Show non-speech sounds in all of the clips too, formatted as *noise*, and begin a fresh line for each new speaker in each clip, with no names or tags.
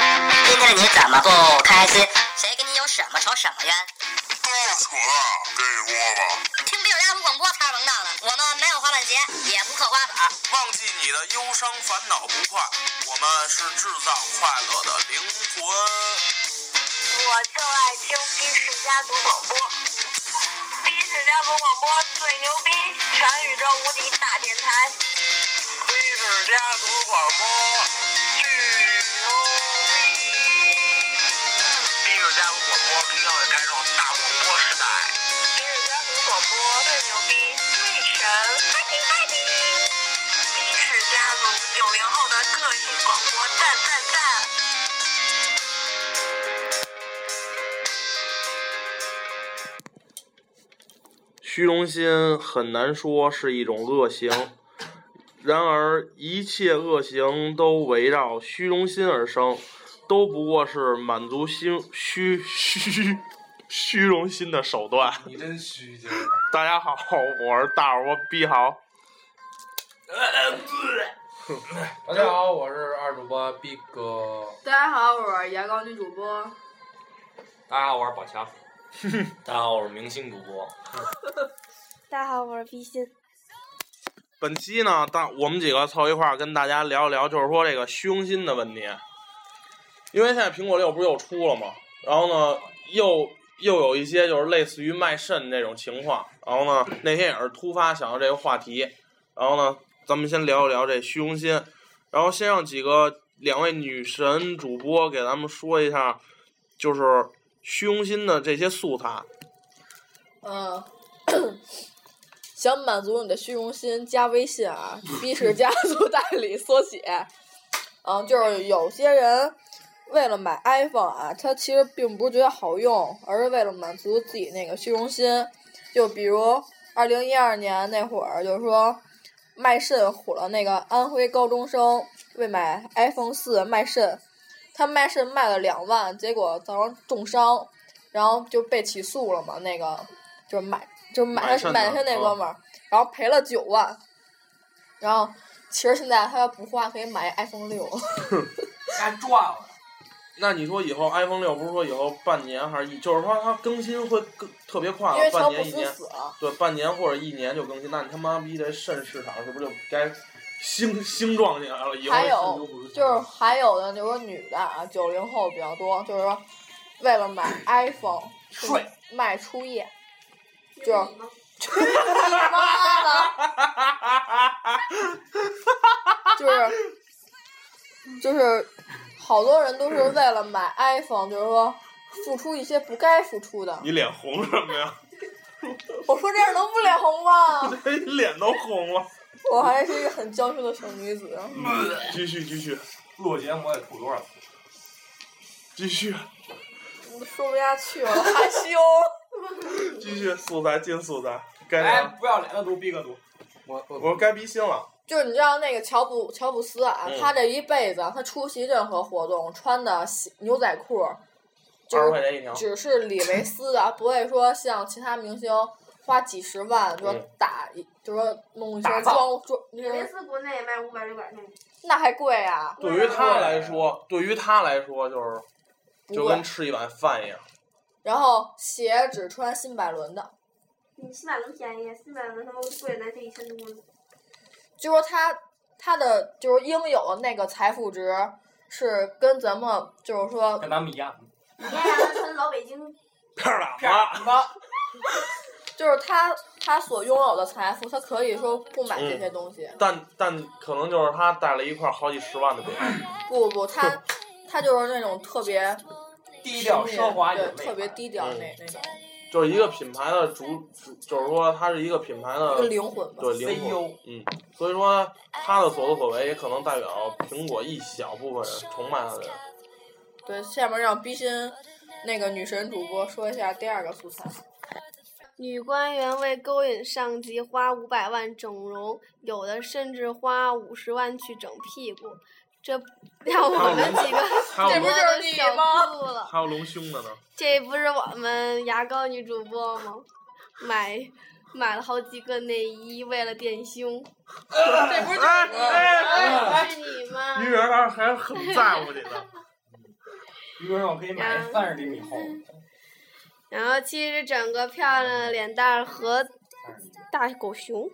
是你怎么不开心？谁跟你有什么仇什么怨？
够扯了，这一锅吧。
听北九大不广播才是王道呢。我们没有滑板鞋，也不嗑瓜子儿。
忘记你的忧伤、烦恼、不快，我们是制造快乐的灵魂。
我就爱听逼世家族广播，逼世家族广播最牛逼，全宇宙无敌大电台。
黑世家族广播，巨牛逼！黑世家族广播必须要开创大广播时代。
逼世家族广播最牛逼，最神，嗨皮嗨皮！逼世家族九零后的个性广播，赞赞赞！
虚荣心很难说是一种恶行，然而一切恶行都围绕虚荣心而生，都不过是满足心虚虚虚荣心的手段。
你真虚假。
*laughs* 大家好，我是大耳朵逼豪。
大家好，我是二主播逼哥。
大家好，我是牙膏女主播。
大家好，我是宝强。
大家好，我是明星主播。
大家好，我是毕鑫。
本期呢，大我们几个凑一块儿跟大家聊一聊，就是说这个虚荣心的问题。因为现在苹果六不是又出了嘛，然后呢，又又有一些就是类似于卖肾这种情况。然后呢，那天也是突发想到这个话题，然后呢，咱们先聊一聊这虚荣心，然后先让几个两位女神主播给咱们说一下，就是虚荣心的这些素材。
嗯， *coughs* 想满足你的虚荣心，加微信啊，逼是家族代理缩写。嗯，就是有些人为了买 iPhone 啊，他其实并不是觉得好用，而是为了满足自己那个虚荣心。就比如二零一二年那会儿，就是说卖肾火了，那个安徽高中生为买 iPhone 四卖肾，他卖肾卖了两万，结果造成重伤，然后就被起诉了嘛。那个就是买就是
买
买他
肾
买
的
他那
啊
哥们儿，然后赔了九万，然后其实现在他要不花可以买 iPhone 六。
家赚了。
那你说以后 iPhone 六不是说以后半年还是一，就是说它更新会更特别快
因为
啊，
乔
半
布
年一
斯
年，
死了，
对，半年或者一年就更新，那你他妈逼这肾市场是不是就该兴兴壮起来了？以后
还
这肾
有就是还有的就是说女的啊，九零后比较多，就是说为了买 iPhone
睡
卖初夜， *laughs* 就
有
是
你吗？
妈的，就是就是好多人都是为了买 iPhone，就是说付出一些不该付出的。
你脸红什么 *laughs* 呀？
我说这样能不脸红吗？
你哎脸都红了。
我还是一个很娇羞的小女子。
继续继续
嗯录节目也吐多少次？
继续
*laughs* 说不下去了，害羞。
继续，素材进素材，该
哎
啥？，
不要脸的读逼哥读。我
我
我
说该逼心了。
就是你知道那个乔布乔布斯啊，
嗯
他这一辈子他出席任何活动穿的西牛仔裤，就
二十
是
块钱一条，
只是李维斯的， *laughs* 不会说像其他明星花几十万，就说
嗯
打一，就说弄一些
打造
装装，那
李维
是
斯国内也卖五百六百呢。
那还贵啊！
对于他来说，对于他来说就是
不
就
贵
跟。吃一碗饭一样。
然后鞋只穿新百伦的，
你西百伦便宜，西百伦他妈贵来这一千多呢。
就说他他的就是应有的那个财富值是跟咱们就是说
跟咱们一样。
你别让他穿老北京，
片儿打
骗儿吧。
就是他他所拥有的财富，他可以说不买
嗯
这些东西。
但但可能就是他带了一块好几十万的饼，
不不，他他就是那种特别
低调
神秘
奢华有
对，
内
特别
涵
低调
嗯
那那种，
就是一个品牌的主主，就是说它是一个品牌
一个
的
灵魂吧。
对灵
E
魂，
CEO
嗯，所以说他的所作所为也可能代表苹果一小部分人崇拜他的人。
对，下面让逼心那个女神主播说一下第二个素材。
女官员为勾引上级花五百万整容，有的甚至花五十万去整屁股，这让我们几个
还
这
有隆
多
不是就是
都
你
想
吗
吐了。
还有隆胸的呢，
这不是我们牙膏女主播吗？买买了好几个内衣，为了垫胸。
这不是就是
哎
哎，是你吗？
因为他还很在乎你呢。
一个人我可以买
嗯
三十厘米厚的。
然后其实整个漂亮的脸蛋儿和大狗熊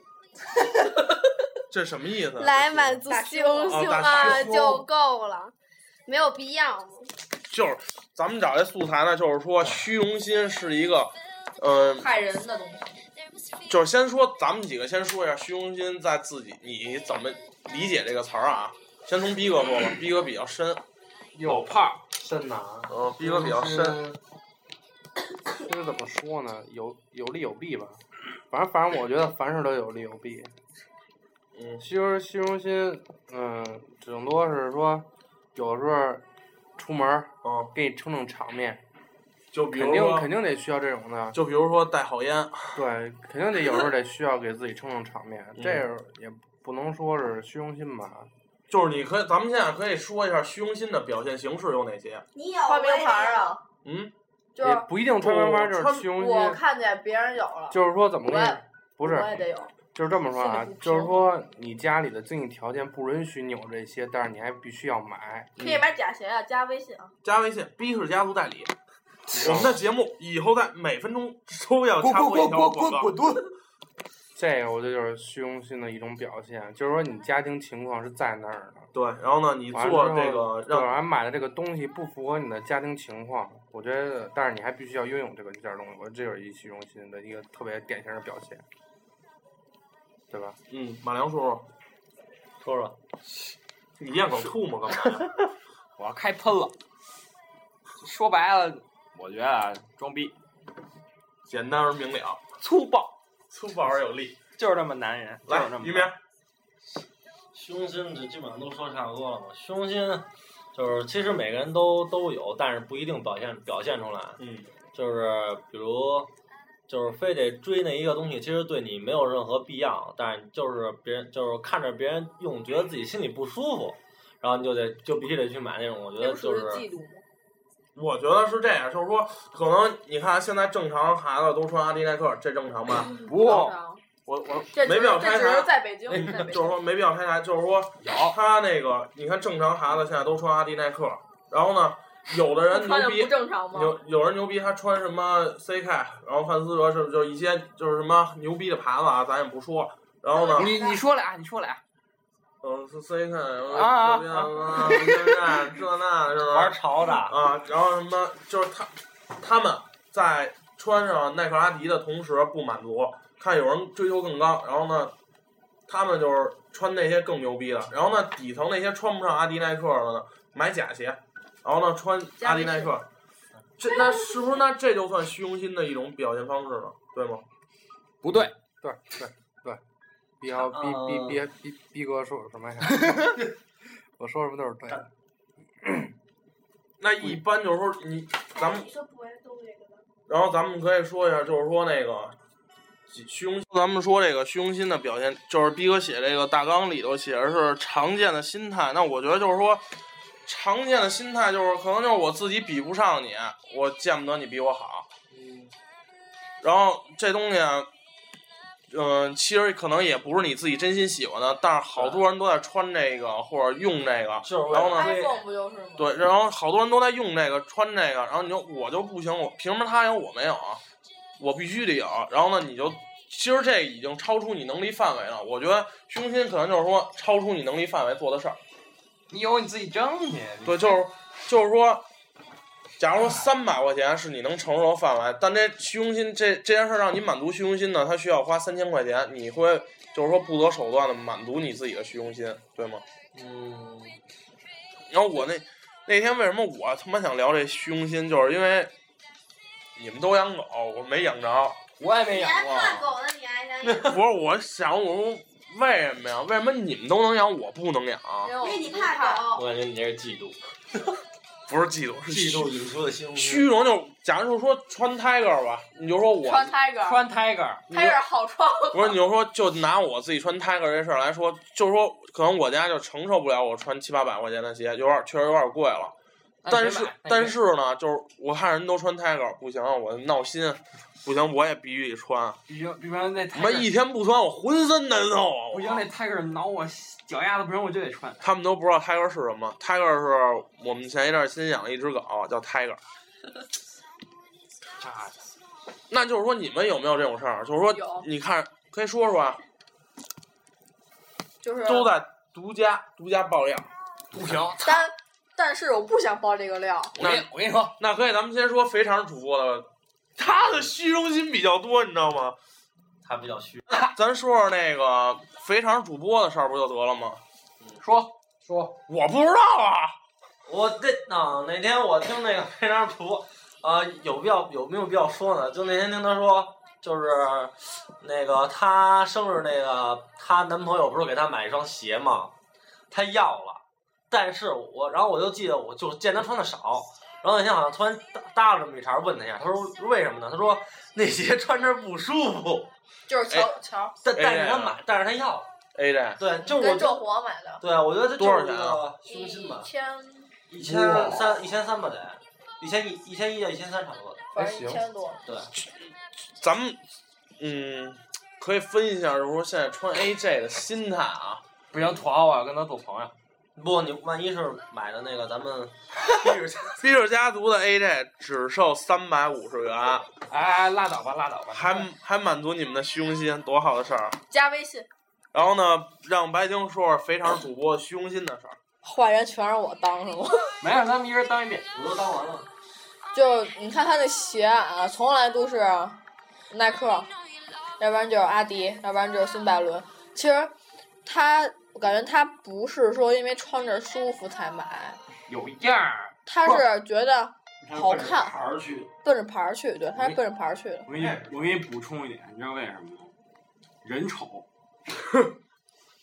这什么意思？啊
来满足
胸
胸
哦
胸
大
啊
胸
就够了，没有必要嘛。
就是咱们找这素材呢，就是说虚荣心是一个，嗯、
害人的东西。
就是先说咱们几个先说一下虚荣心在自己你怎么理解这个词儿啊？先从逼哥说吧，逼哥比较深，
有
胖儿，
深呐。
嗯，逼哥比较深，。
其实怎么说呢，有有利有弊吧。反正反正我觉得凡事都有利有弊。
嗯，
虚荣虚荣心，嗯，顶多是说，有时候出门儿给你撑撑场面，
嗯就比
肯
如
定
说
肯定得需要这种的。
就比如说带好烟，
对，肯定得有时候得需要给自己撑撑场面，
嗯
这样也不能说是虚荣心吧。
就是你可以，咱们现在可以说一下虚荣心的表现形式有哪些？
你有
换名牌儿啊，
嗯，
就是
也不一定穿名牌就是虚荣
我
心，
看见别人有了，
就是说怎么
我
跟你
也
不是
我也得有，
就是这么说啊
心里不，
就是
平
说你家里的经济条件不允许你有这些，但是你还必须要买。
可以买假鞋啊，加微信啊。
加微信，逼是家族代理。我们的节目以后在每分钟都要插播一条广告。
这个我觉得就是虚荣心的一种表现，就是说你家庭情况是在那儿的。
对，然后呢，你
完
做
了之
这
后
个
对
让
然后买的这个东西不符合你的家庭情况，我觉得，但是你还必须要拥有这个这件东西，我觉得这就是一虚荣心的一个特别典型的表现，对吧？
嗯，马良叔叔，
说说，
你咽口吐沫干嘛呀？
我要开喷了。说白了，我觉得啊，装逼，
简单而明了，
粗暴，
粗暴而有力，
就是这么男人，就
来
是这么
于明，
虚荣心这基本上都说差不多了嘛。虚荣心就是其实每个人都都有，但是不一定表现表现出来。
嗯，
就是比如，就是非得追那一个东西，其实对你没有任何必要，但是就是别人就是看着别人用，觉得自己心里不舒服，然后你就得就必须得去买那种。我觉得呃就是
妒
我觉得是这样，就是说，可能你看现在正常孩子都穿阿迪耐克，这正常
嗯
吧？
不
我
我
这
啊没
只是
必要
这
拆
只是
台。
在北京，在北
就是
京。
说没必要拆台，就是说他那个，你看正常孩子现在都穿阿迪耐克，然后呢，有的人
穿
牛
的
逼
不，正常吗？
有有人牛逼，他穿什么 CK，然后范思哲是就是一些就是什么牛逼的牌子啊，咱也不说。然后呢，
你你说俩，你说啊俩，
嗯是 CK，
啊啊
然后这那这那的是吧？
玩潮的，
啊，然后什么就是他他们在穿上耐克阿迪的同时不满足，看有人追求更高，然后呢，他们就是穿那些更牛逼的，然后呢，底层那些穿不上阿迪耐克的呢，买假鞋，然后呢穿阿迪耐克，这那是不是那这就算虚荣心的一种表现方式了，对吗？
不对，
对对对，比较逼
嗯
逼逼逼逼哥说什么
*laughs*
呀？我说什么都是对的。
那一般就是说你咱们
哦你说不爱动这个吧。
然后咱们可以说一下，就是说那个虚荣，咱们说这个虚荣心的表现，就是逼哥写这个大纲里头写的是常见的心态。那我觉得就是说，常见的心态就是可能就是我自己比不上你，我见不得你比我好。然后这东西啊，嗯、其实可能也不是你自己真心喜欢的，但是好多人都在穿这个或者用这个，
就是为
然后呢
了追
iPhone 不就是吗？
对，然后好多人都在用这个穿这个，然后你就我就不行，我凭什么他有我没有啊？我必须得有。然后呢，你就其实这已经超出你能力范围了。我觉得虚荣心可能就是说超出你能力范围做的事儿。
你有你自己挣去。
对，就是就是说，假如说三百块钱是你能承受的范围，但这虚荣心这这件事儿让你满足虚荣心呢，他需要花三千块钱，你会就是说不择手段的满足你自己的虚荣心，对吗？
嗯，
然后我那那天为什么我他妈想聊这虚荣心，就是因为你们都养狗，我没养着。
我也没
哎
你
养
还
过。
怕狗呢？你还想？
不是，我想我说为什么呀？为什么你们都能养，我不能养？
因
因为
为
你
你
怕
怕
狗。
我感觉你这是嫉妒，
不是嫉妒，是
嫉妒引出的虚荣
虚
心。
荣。就假如说穿 Tiger 吧，你就说我
穿 Tiger，
穿 Tiger，
t i g e r 好穿。
不是，你就说就拿我自己穿 Tiger 这事儿来说，就是说可能我家就承受不了我穿七八百块钱的鞋，有点确实有点贵了。但是
那啊你别买那你别
但是呢，就是我看人都穿 Tiger，不行，我闹心，不行，我也必须得穿。
比如比方那
他妈一天不穿，我浑身难受啊！
不行，那 Tiger 挠我脚丫子，不行我就得穿。
他们都不知道 Tiger 是什么，Tiger 是我们前一阵儿新养了一只狗叫
*laughs*
Tiger。那 *laughs* 就是说，你们有没有这种事儿？就是说，你看，可以说说啊，
就是
都在独家独家爆料。
不行，
但但是我不想爆这个料。
那我跟你说，那可以，咱们先说肥肠主播的吧，他的虚荣心比较多，你知道吗？
他比较虚。
咱说说那个肥肠主播的事儿，不就得了吗？
说说，
我不知道啊。
我那啊，那天我听那个 *laughs* 非常厨啊、有必要有没有必要说呢？就那天听他说，就是那个她生日那个她男朋友不是给她买一双鞋吗？她要了，但是我然后我就记得我就见她穿的少，然后那天好像突然搭搭了这么一茬，问她一下，她说为什么呢？她说那鞋穿着不舒服，
就是
乔哎
乔
但但
哎
是她买，但是她要了，
A 的
对，就是我
纣皇买的，
对，我觉得这
多少钱啊
啊？虚荣心吧。
千
一千三一千三吧得，一千一一千一到一千三差不多。
反正一千多。
对，
咱们嗯，可以分析一下，就是说现在穿 AJ 的心态啊。
不行，土豪我要跟他做朋友。
不，你万一是买的那个咱 *laughs* 们
比尔家族的 AJ 只售三百五十元，
哎，拉倒吧，拉倒吧，
还还满足你们的虚荣心，多好的事儿！啊
加微信，
然后呢，让白鲸说说肥肠主播虚荣心的事儿。
坏人全让我 *laughs* 当上了。
没事，咱们一人当一遍。
我都当完了。
就你看他那鞋啊，从来都是耐克，要不然就是阿迪，要不然就是新百伦。其实他，我感觉他不是说因为穿着舒服才买，
有样儿。
他是觉得好看，
牌儿去。
奔着牌儿去，对，他是奔着牌儿去的
我。给你，
哎
我给你补充一点，你知道为什么吗？人
*laughs*
丑，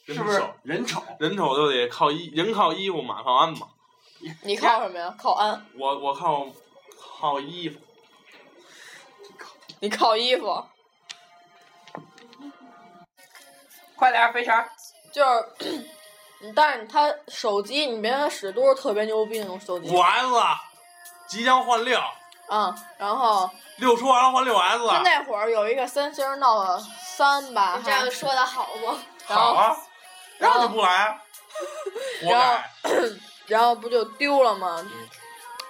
是不是人丑？
人丑就得靠衣，人靠衣服，马靠鞍嘛。
你靠什么呀？靠安，
我我靠靠衣服，
你靠衣服。
快点儿，肥肠。
就是， *clears throat* 嗯但是他手机，你别看他使都是特别牛逼那种手机，
完了，即将换六，
嗯，然后
六出完了换六 S
他
了。
那会儿有一个三星 Note 三吧，
这样
还
说的好吗？
然
好
后
啊，让你不来，活
然后 *coughs*
该。
然后不就丢了吗？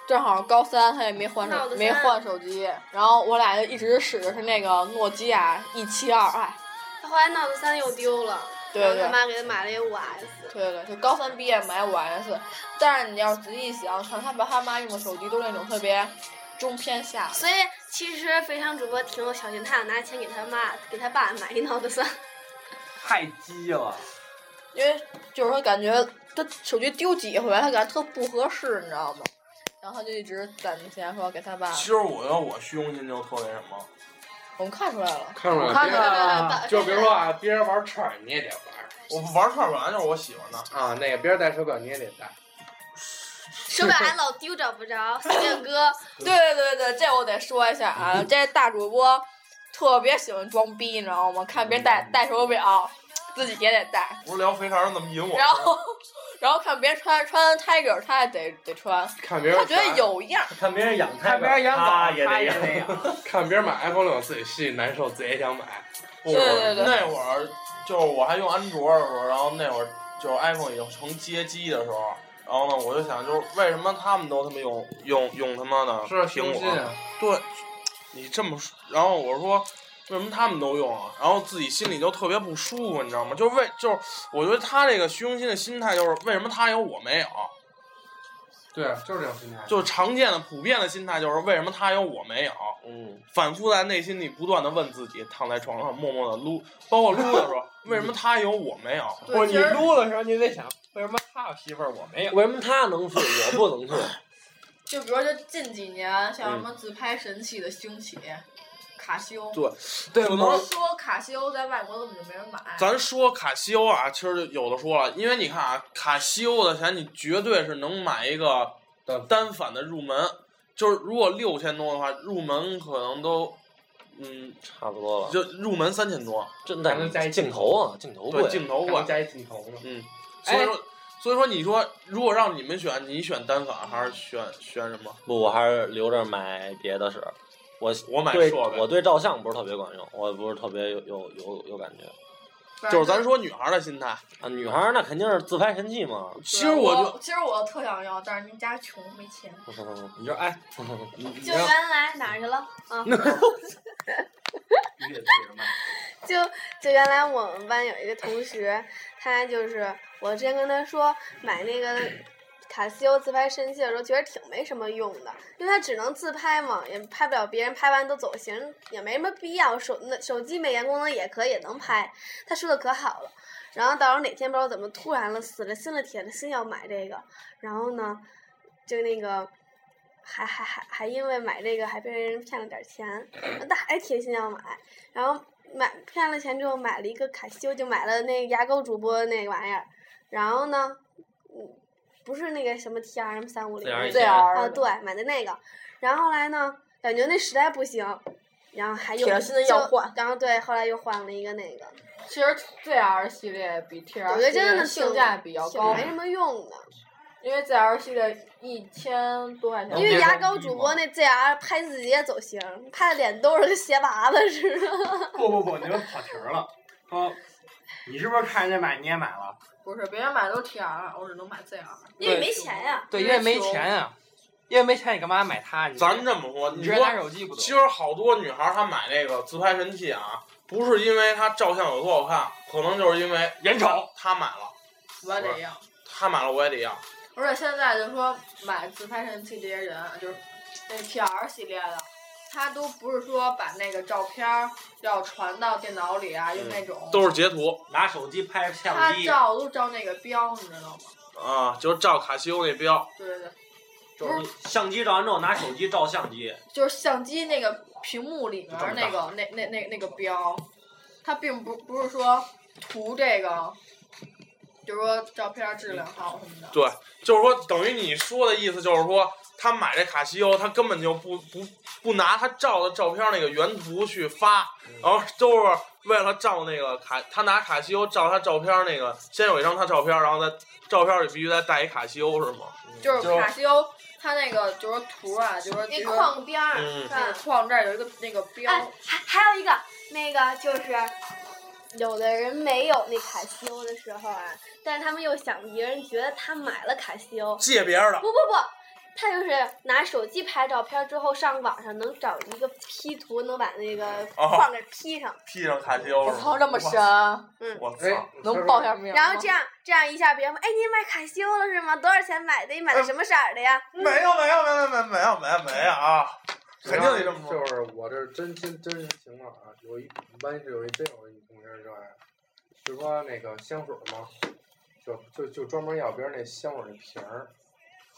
正好高三，他也没换
闹
手
得
没
三
换手机，然后我俩就一直使着是那个诺基亚一七二哎 i，
*laughs* 他后来 Note 三又丢了，
对
然后
对
他妈给他买了一五 S，
对对，就高三毕业买五 S，但是你要仔细想，全他爸他妈用的手机都是那种特别中偏下的，
所以其实肥肠主播挺有小心，他想拿钱给他妈给他爸买一 Note 三， *laughs*
太鸡了。
因为就是说感觉他手机丢几回，他感觉特不合适，你知道吗？然后他就一直攒着钱说给他爸，
其实我觉得我虚荣心就特别什么，
我们看出来了，
看出来
我
了，
看
别
出来了，
就比如说啊，别人玩串儿你也得玩
我玩串儿本来就是我喜欢的。
啊，那个别人戴手表你也得戴，
手表还老丢找不着，随便哥，
对对对对，这我得说一下
嗯
啊，这大主播特别喜欢装逼，你知道吗？看别人
嗯
戴戴手表，自己也得戴，
不是聊肥肠怎么引我？
然后然后看别人穿穿 Tiger，他也得得穿，
看别人
他觉得有样儿。
看别人养
看别人养狗，
他
他
也得
得
养。 *laughs*
养，看别人买 iPhone 六，自己心里难受，自己也想买。
不
对对对
那会儿就是我还用安卓的时候，然后那会儿就是 iPhone 已经成街机的时候，然后呢，我就想，就是为什么他们都他妈用用用他妈的
是
苹
虚荣
果
心啊？
对，你这么说，然后我说。为什么他们都用啊？然后自己心里就特别不舒服，你知道吗？就是为就是，我觉得他这个虚荣心的心态就是为什么他有我没有？
对，啊就是这种心态。
就是常见的普遍的心态就是为什么他有我没有？
嗯，
反复在内心里不断的问自己，躺在床上默默的撸，包括撸的时候，为什么他有我没有？
嗯
对不是其实你
撸的时候，你得想，为什么他有媳妇儿我没有？
为什么他能睡，我不能睡？
就比如就近几年，像什
嗯
么自拍神器的兴起，卡西欧。
对， *laughs* 对，我
嗯
能。
说卡西欧在外国根本就没人买。
咱说卡西欧啊，其实有的说了，因为你看啊，卡西欧的钱你绝对是能买一个单反的入门，就是如果六千多的话，入门可能都，嗯，
差不多了。
就入门三千多，
真
还能加一
镜头啊，镜头
对
贵，
镜头
还能
贵，
加一镜头呢。
嗯，所
哎
以说，所以说，你说如果让你们选，你选单反还是选选什么？
不，我还是留着买别的使。我
我买
对
设备
我对照相不是特别管用，我不是特别有有有有感觉。
就是咱说女孩的心态
啊，女孩儿那肯定是自拍神器嘛。
其实我就
其实我特想要，但是您家穷没钱。
你就
*laughs*
哎，
就原来哪儿去了？啊， *laughs* 就就原来我们班有一个同学，他就是我之前跟他说买那个卡西欧自拍神器的时候，觉得挺没什么用的，因为它只能自拍嘛，也拍不了别人，拍完都走形，也没什么必要。手那手机美颜功能也可以，也能拍。他说的可好了，然后到时候哪天不知道怎么突然了，死了心了铁了心要买这个，然后呢，就那个。还还还还因为买这个还被人骗了点儿钱，那还铁心要买，然后买骗了钱之后买了一个卡西欧，就买了那个牙膏主播那玩意儿，然后呢，嗯，不是那个什么 T R M 三五零
ZR 的
啊，对，买的那个，然后后来呢，感觉那实在不行，然后还又
铁了心地要
就然后对，后来又换了一个那个，
其实 ZR 系列比 TR
我
系
觉得真
列
的
性
挺
价比较
挺
高，
没什么用的。
因为 ZR 系列一千多块钱。
因为牙膏主播那 ZR 拍自己也走形，拍的脸都是跟鞋拔子似的。
不不不，你们跑题儿了。哦，你是不是看人家买你也买了？
不是，别人买都 TR，我只能买 ZR，
因为没
钱呀
对，因为没钱啊，因为没钱，你干嘛买它？
咱这么说，
你
你
直接
说
拿手机不得
其实好多女孩儿她买那个自拍神器啊，不是因为她照相有多好看，可能就是因为
人丑，
她买了，
我得要。
她买了我也得要。
而且现在就说买自拍神器这些人啊，就是那 PR 系列的，他都不是说把那个照片儿要传到电脑里啊，用那种
都是截图，
*laughs* 拿手机拍
他照都照那个标，你知道吗？
啊，就是照卡西欧那标，
对对对，
就是相机照完之后拿手机照相机，
就是相机那个屏幕里面儿
就这
那
么
个那那那那个标，它并不不是说图这个，就是说照片儿质量好什么的。
对，就是说等于你说的意思就是说，她买这卡西欧，她根本就不不不拿她照的照片那个原图去发，然后都是为了照那个卡，她拿卡西欧照她照片那个，先有一张她照片，然后再照片里必须再带一卡西欧是吗？
就是
就
卡西欧，它那个就是图啊，就是
那框边儿
嗯
那框这儿有一个那个标，
哎，还还有一个那个就是，有的人没有那卡西欧的时候啊，但是他们又想别人觉得他买了卡西欧，
借别人的
不不不，他就是拿手机拍照片之后，上网上能找一个 P 图，能把那个
哦
框给 P 上。
P 上卡西欧是吗？
操这么神
嗯，我
哎
操，
能报下名
然后这样这样一下，别人问，哎，您买卡西欧了是吗？多少钱买的？你买的什么色儿的呀？
没有没有没有没有没有没有没有啊，肯定得这么说。
就是我这真真真实情况啊，有一我们班是有一真有一同学热爱，就说那个香水嘛，就就就专门要别人那香水那瓶儿，
哦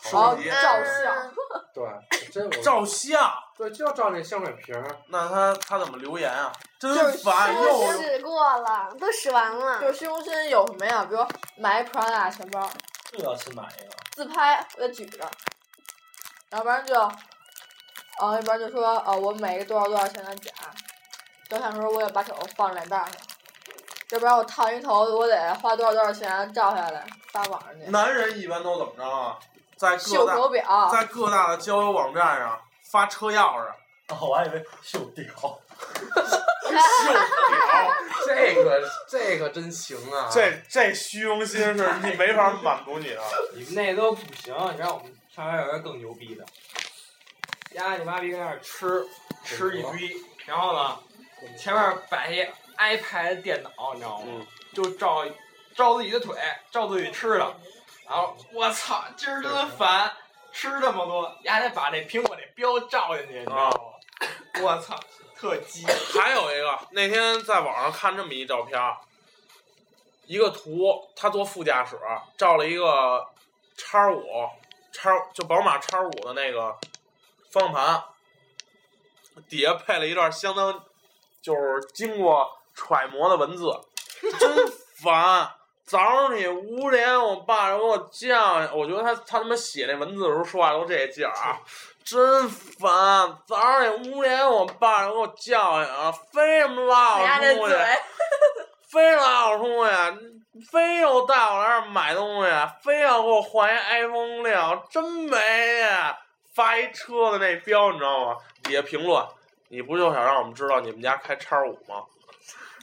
好几
嗯
照相，
对，真有
照相，
对，就要照那香水瓶儿。
那他他怎么留言啊？真烦，又
都使过了，哎都使完了。
就是虚荣心有什么呀？比如买一 Prada 钱包，
这要去买一个。
自拍我得举着，要不然就，啊，要不然就说啊，我每个多少多少钱的假，照相时候我也把手放脸蛋儿上，要不然我烫一头我得花多少多少钱照下来发网上去。
男人一般都怎么着啊？在各
秀
大
手表 *laughs*
在各大的交友网站上发车钥匙。
哦，我还以为秀屌。
这个这个真行啊！
这这虚荣心是你没法满足你啊的。
你们那都不行，你知道我们上边有一个更牛逼的，丫你妈逼在那儿吃吃一堆，然后呢，前面摆一 iPad 电脑，你知道吗？
嗯
就照照自己的腿，照自己吃的，然后我操，今儿真烦，吃这么多，丫得把那苹果那标照进去，你知道
啊
吗？我操，特鸡。
还有一个，那天在网上看这么一照片儿，一个图，他坐副驾驶，照了一个叉五叉就宝马叉五的那个方向盘，底下配了一段相当就是经过揣摩的文字，真烦。早上你五点，我爸让我叫你，我觉得他他他妈写那文字的时候说话都这劲儿啊，真烦。早上你五点，我爸让我叫你啊，非什么拉我出去，非老要出去，啊非要带我来这儿买东西，啊非要给我换一 iPhone 六，真没呀！发一车的那标，你知道吗？底下评论，你不就想让我们知道你们家开叉五吗？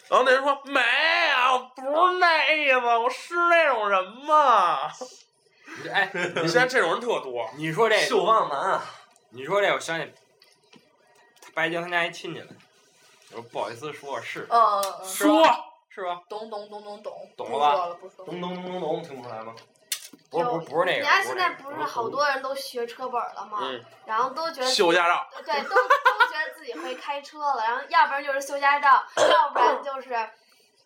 然后那人说没有，不是那意思，我是那种人
*laughs*
吗？
*laughs* 哎，
你现在这种人特多。
你说这
哎
秀
望男啊？你说这，我想起他白净他家一亲戚来，我说不好意思说，是
嗯嗯嗯，
是吧是吧？
懂懂懂懂懂，
懂了
不
吧
说了不说了。
咚咚咚咚咚，听不出来吗？不是不是不是那个，
人家
不是
现
那
在
个
啊不是好多人都学车本了吗？
嗯
然后都觉得
秀驾照，
对，都都觉得自己会开车了，然后要不然就是修驾照，要不然就是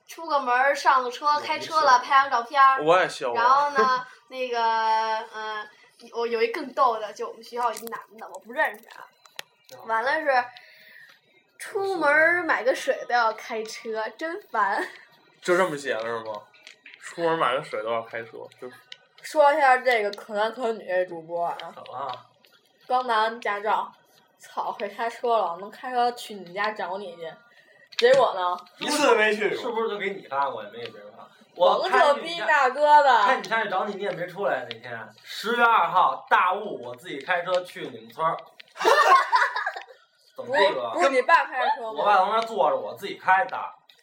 出个门儿上个车开车了，拍张照片儿。
我也修过
然后呢，那个嗯，我有一更逗的，就我们学校一男的，我不认识啊。完了是出门儿买个水都要开车，真烦。
就这么写的是吗？出门买个水都要开车，就
说一下这个可男可女这主播啊，
啊，
刚拿完驾照，操，会开车了，能开车去你家找你去。结果呢，
一次没去，
是
不是就给你发过呀？没给别人发。
甭
看
这
你
逼
家
大哥
看
的，
你上去找你，你也没出来那天。十月二号大雾，我自己开车去你们村儿。 *laughs* 怎么
不是
这
不
个？
是你爸开的车
我爸从
吗？
那坐着，我自己开的。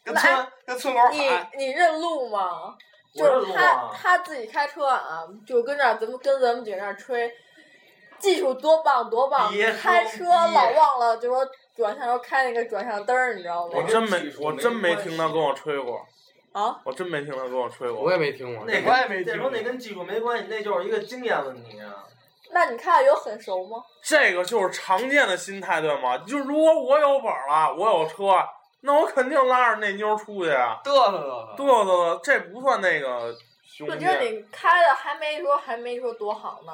跟村
跟村口
你你认路吗？
哎我
就
认
是
路
他
啊
他自己开车啊，就跟这儿咱们跟咱们姐那儿吹，技术多棒多棒
别，
开
装
车
逼
老忘了就说转向时候开那个转向灯儿，你知道吗？
我真没，我真没听他跟我吹过，
啊，
我真没听他跟我吹过，
我也没听过
那再说那跟技术没关系，那就是一个经验问题啊。
那你看有很熟吗？
这个就是常见的心态，对吗？就如果我有本儿了，我有车，那我肯定拉着那妞儿出去啊，
嘚瑟嘚瑟，
嘚瑟嘚，这不算那个
我
凶
觉得
险。
你开的还没说还没说多好呢，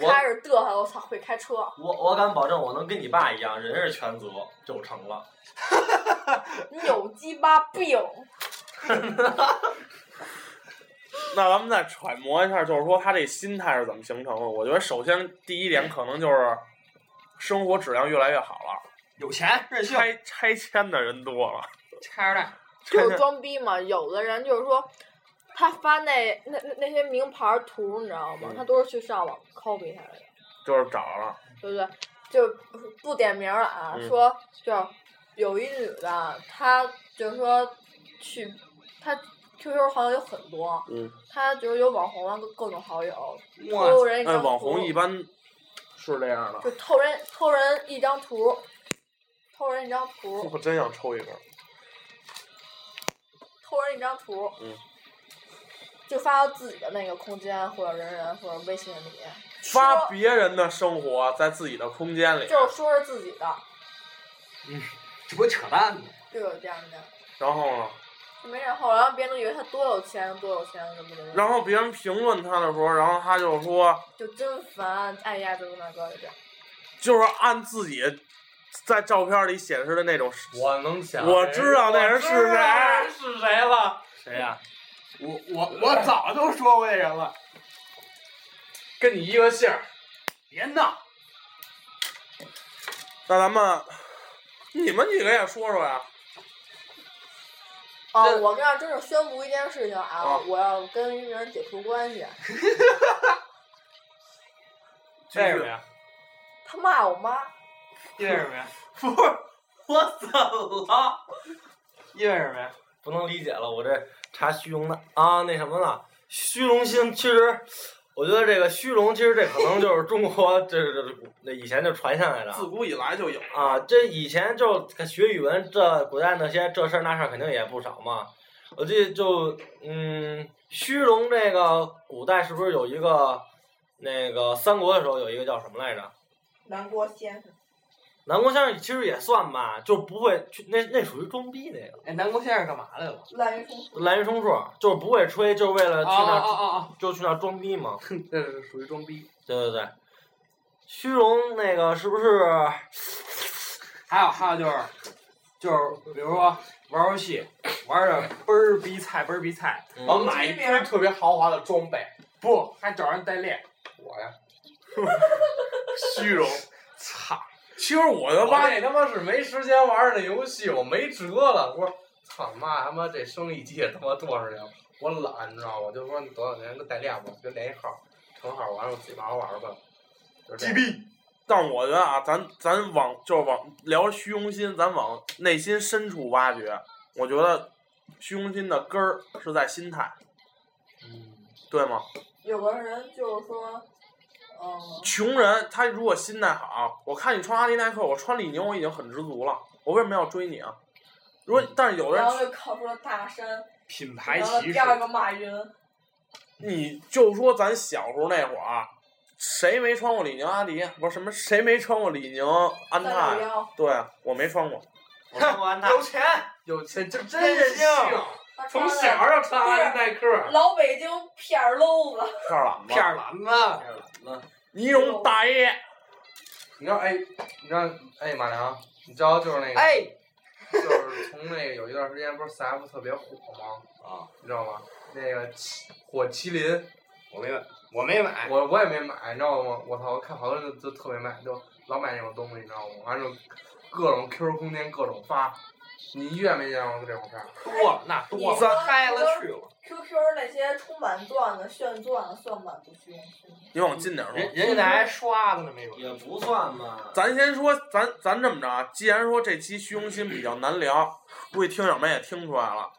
我
开着嘚瑟，我操，会开车。
我我敢保证，我能跟你爸一样，人是全责就成了。
你有鸡巴病！
那咱们再揣摩一下，就是说他这心态是怎么形成的？我觉得首先第一点可能就是生活质量越来越好了，
有钱任性，
拆拆迁的人多了，
拆着带。
就是装逼嘛。有的人就是说，他发那那那那些名牌图，你知道
嗯
吗？他都是去上网 copy 下来的，
就是找着了，
对不对？就不点名了啊，
嗯
说就是有一女的，她就是说去，她 QQ 好友有很多，
嗯，
她就是有网红啊，各各种好友，
哇
偷人一
哎，
张
网
图
红一般是这样的
就。偷人偷人一张图，偷人一张图，
我真想抽一根儿，
偷人一张图，
嗯，
就发到自己的那个空间或者人人或者微信里，
发别人的生活在自己的空间里，
就是说是自己的，
嗯，
这不扯淡吗？
就有这样的，
然后呢？
就没然后，然后别人都以为他多有钱，多有钱怎么怎么，
然后别人评论他的时候，然后他就说，
就真烦，哎呀，怎么那个的，
就是按自己在照片里显示的那种，
我能想哎
我知道那人是
我
谁
知道人， *laughs* 是谁了？
谁
啊
呀、
我我我早就说过这人了，
跟你一个姓儿。
别闹。
那咱们，你们几个也说说呀？
哦，我跟这儿真是宣布一件事情啊，
啊
我要跟一人解除关系，
为什么呀？
他骂我妈，
因为什么呀？不是，
我怎么了？
因为什么呀？
不能理解了，我这查虚荣的啊，那什么了，虚荣心其实，我觉得这个虚荣，其实这可能就是中国这这这这以前就传下来的。
自古以来就
*laughs*
有
啊，这以前就学语文，这古代那些这事儿那事儿肯定也不少嘛。我记得就嗯，虚荣这个古代是不是有一个那个三国的时候有一个叫什么来着？
南郭先生，
南宫先生其实也算吧，就不会去那那属于装逼那个。
哎，南宫先生干嘛来了？
滥竽充数，
滥竽充数，就是不会吹，就是为了去那儿
哦哦
*laughs*
哦
就去那儿装逼嘛。
这是属于装逼。
对对对，虚荣那个是不是？
还有还有就是，就是比如说玩游戏，玩的倍儿逼菜倍儿逼菜，
嗯
然后买一身特别豪华的装备，不还找人代练，我呀，
虚荣，
操！
其实我他
我
妈
那他妈是没时间玩儿那游戏，我没辙了。我
操你妈他妈这生意记他妈多少年了，我懒你知道吗？就说你多少年给我代练吧，就练一号，成号完了我自己玩玩吧，就是这样。
但是我觉得啊，咱咱往就是往聊虚荣心，咱往内心深处挖掘。我觉得虚荣心的根儿是在心态，
嗯
对吗？
有个人就是说，嗯，
穷人他如果心态好，我看你穿阿迪耐克，我穿李宁，我已经很知足了，我为什么要追你啊？如果但是有的
然
人
后就靠出了大山，
品
然后第二个马云，
你就说咱小时候那会儿，啊谁没穿过李宁阿迪？不是什么，谁没穿过李宁安踏呀
361？
对啊，我没穿过。
我穿过安 *laughs* 踏，有钱，
有钱真
真任性
从小就穿阿迪耐克，
老北京片儿篓子，
片儿懒子，
片儿懒子，
尼龙大爷。
你知道哎，你知道哎马良，你知道就是那个，
哎，
就是从那个有一段时间不是 CF 特别火吗？
啊，
你知道吗？那个麒火麒麟，
我没买，我没买，
我我也没买，你知道吗？我操，我看好多人都都特别买，就老买那种东西，你知道吗？完了就各种 QQ 空间各种发，你一月没见过这种事儿。
多了那多
你说
了，嗨了去了。
QQ 那些充满段子、炫段子算满足虚荣心吗？
你往近点说。
人人家那还刷的呢，没准
也不算吧。
咱先说，咱咱这么着啊，既然说这期虚荣心比较难聊，估计听友们也听出来了，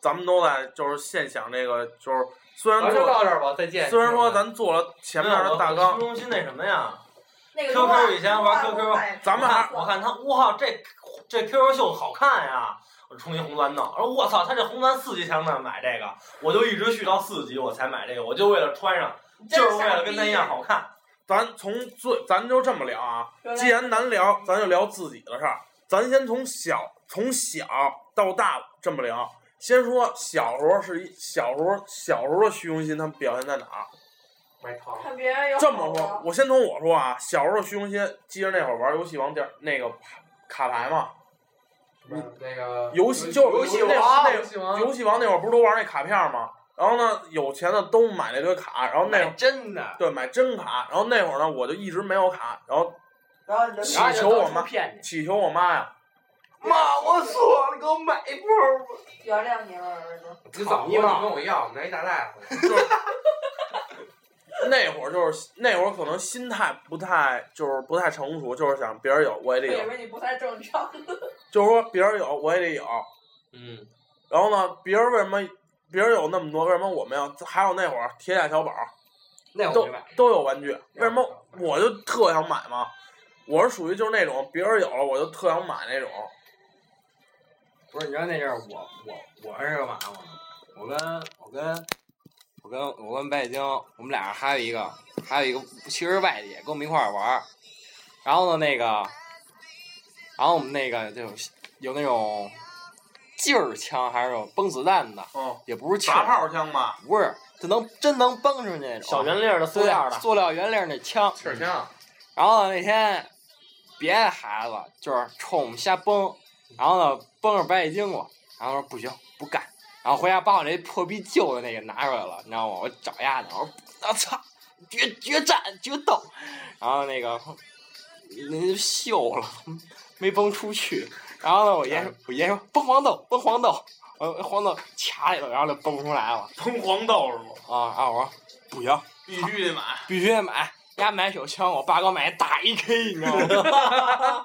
咱们都在就是现想这个，就是虽然
啊
咱就
做
到这儿吧，再见。
虽然说咱做了前面的大纲
虚，荣心那什么呀
那个动画
？QQ 以前玩 QQ，
咱们还
我看他，我靠，这这 QQ 秀好看呀！我充一红蓝的，我说我操，他这红蓝四级才能买这个，我就一直续到四级我才买这个，我就为了穿上，就是为了跟他一样好看。
咱从最，咱就这么聊啊。既然难聊，咱就聊自己的事儿。咱先从小从小到大这么聊。先说小时候是一小时候小时候的虚荣心，他们表现在哪儿？
买糖。
看别人有
这
好
么
的
说，我先从我说啊，小时候的虚荣心，记着那会儿玩游戏王点那个卡卡牌嘛，
那个
游戏就是
游戏
那
王，
那
嗯
游戏王那会儿不是都玩那卡片吗？然后呢，有钱的都买那堆卡，然后那会儿
真的，
对买真卡，然后那会儿呢，我就一直没有卡，然后
然后你就
祈
然后
求
就到
我
处
妈
骗你，
祈求我妈呀，
妈，我错了，给我买一包吧。
原谅你了，儿子。
你早说你跟我要，拿一大袋子。
那会儿就是那会儿可能心态不太就是不太成熟，就是想别人有我也
我
得有
以，为你不太正常。
就是说别人有我也得有。
嗯，
然后呢，别人为什么别人有那么多，为什么我们要？还有那会儿铁甲小宝
那我
都
没买，
都有玩具，为什么我就特想买嘛？我是属于就是那种别人有了我就特想买那种。
不是你知道那阵儿我我我是干嘛吗？我跟我跟我跟我跟白晶，我们俩还有一个还有一个其实是外地，跟我们一块儿玩儿。然后呢，那个，然后我们那个就有有那种劲儿枪，还是有崩子弹的，
嗯，
也不是气儿
砸炮枪嘛，
不是，就能真能崩出去那种
小圆粒儿的塑料的
对塑料圆粒儿那枪。
气儿
嗯
枪，
然后那天别的孩子就是冲我们瞎崩，然后呢崩着白血经过，然后说不行不干，然后回家把我这破逼旧的那个拿出来了，你知道吗？我找丫的，我说我操，决决战决斗，然后那个嗯那就锈了，没崩出去。然后呢，我爷说我爷说崩黄豆崩黄豆，我黄豆卡里头，然后就崩不出来了
喷黄豆是吗？
啊！然后我说不行，
必须得买。
必须得买。丫买手枪，我爸给我买大 AK，你知道吗？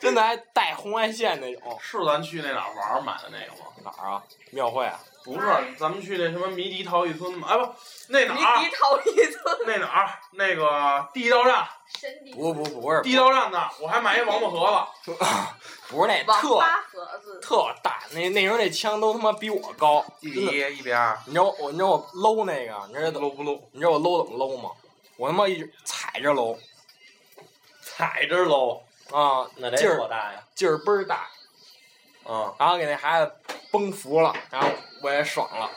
真的还带红外线那种。
是咱去那哪儿玩儿买的那个吗？
哪儿啊？庙会啊？
不是，咱们去那什么迷笛陶艺村嘛？哎不，那哪
你
儿？
你逃一次，
那哪儿？那个地道战，
神经。
不不不是，
地道战那儿，我还买一王八盒子。
不是那
*laughs* 王
特
八盒子，
特大，那那时候那枪都他妈比我高。
一
真
比
的
一，一比二，
你知道我你知道我搂那个，你知道怎么
搂不搂？
你知道我搂怎么搂吗？我他妈一直踩着搂
踩着喽，
啊，
那得
劲
多
儿
大呀？
劲儿倍儿大，
嗯，
然后给那孩子崩服了，然后我也爽了。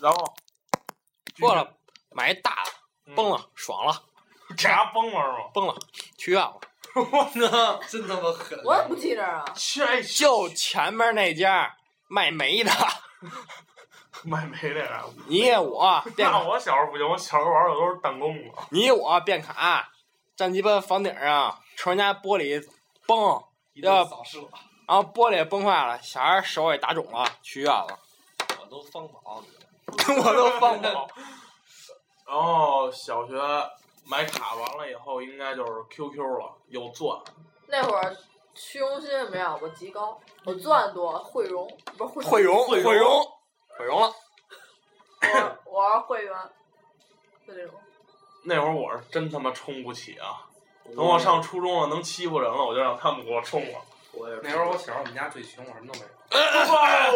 然后
过了，买一大的，崩了，爽了，
牙崩了是吗？
崩了，去院了。
我呢？
真他妈狠！
我也不记着啊。
去哎去
就前面那家卖煤的，
*laughs* 买没这个。
你我变
那我小时候不行，我小时候玩的都是弹弓
*laughs*
子。
你我变啊卡，站鸡巴房顶上，从人家玻璃崩，
一顿扫射，
然后玻璃也崩坏了，小孩手也打肿了，去医院了。
我都方宝，
*laughs* 我都放不好。
哦然后小学买卡完了以后，应该就是 QQ 了，有钻。
那会儿虚荣心也没有，我极高，我钻多，汇荣不是
毁容，毁
汇
容，，毁容了。
我玩会员，就这种。
那会儿我是真他妈充不起啊！等我上初中了，能欺负人了，我就让他们给我充了。
我也
那时候我小时候我们家最穷，我什么都没有。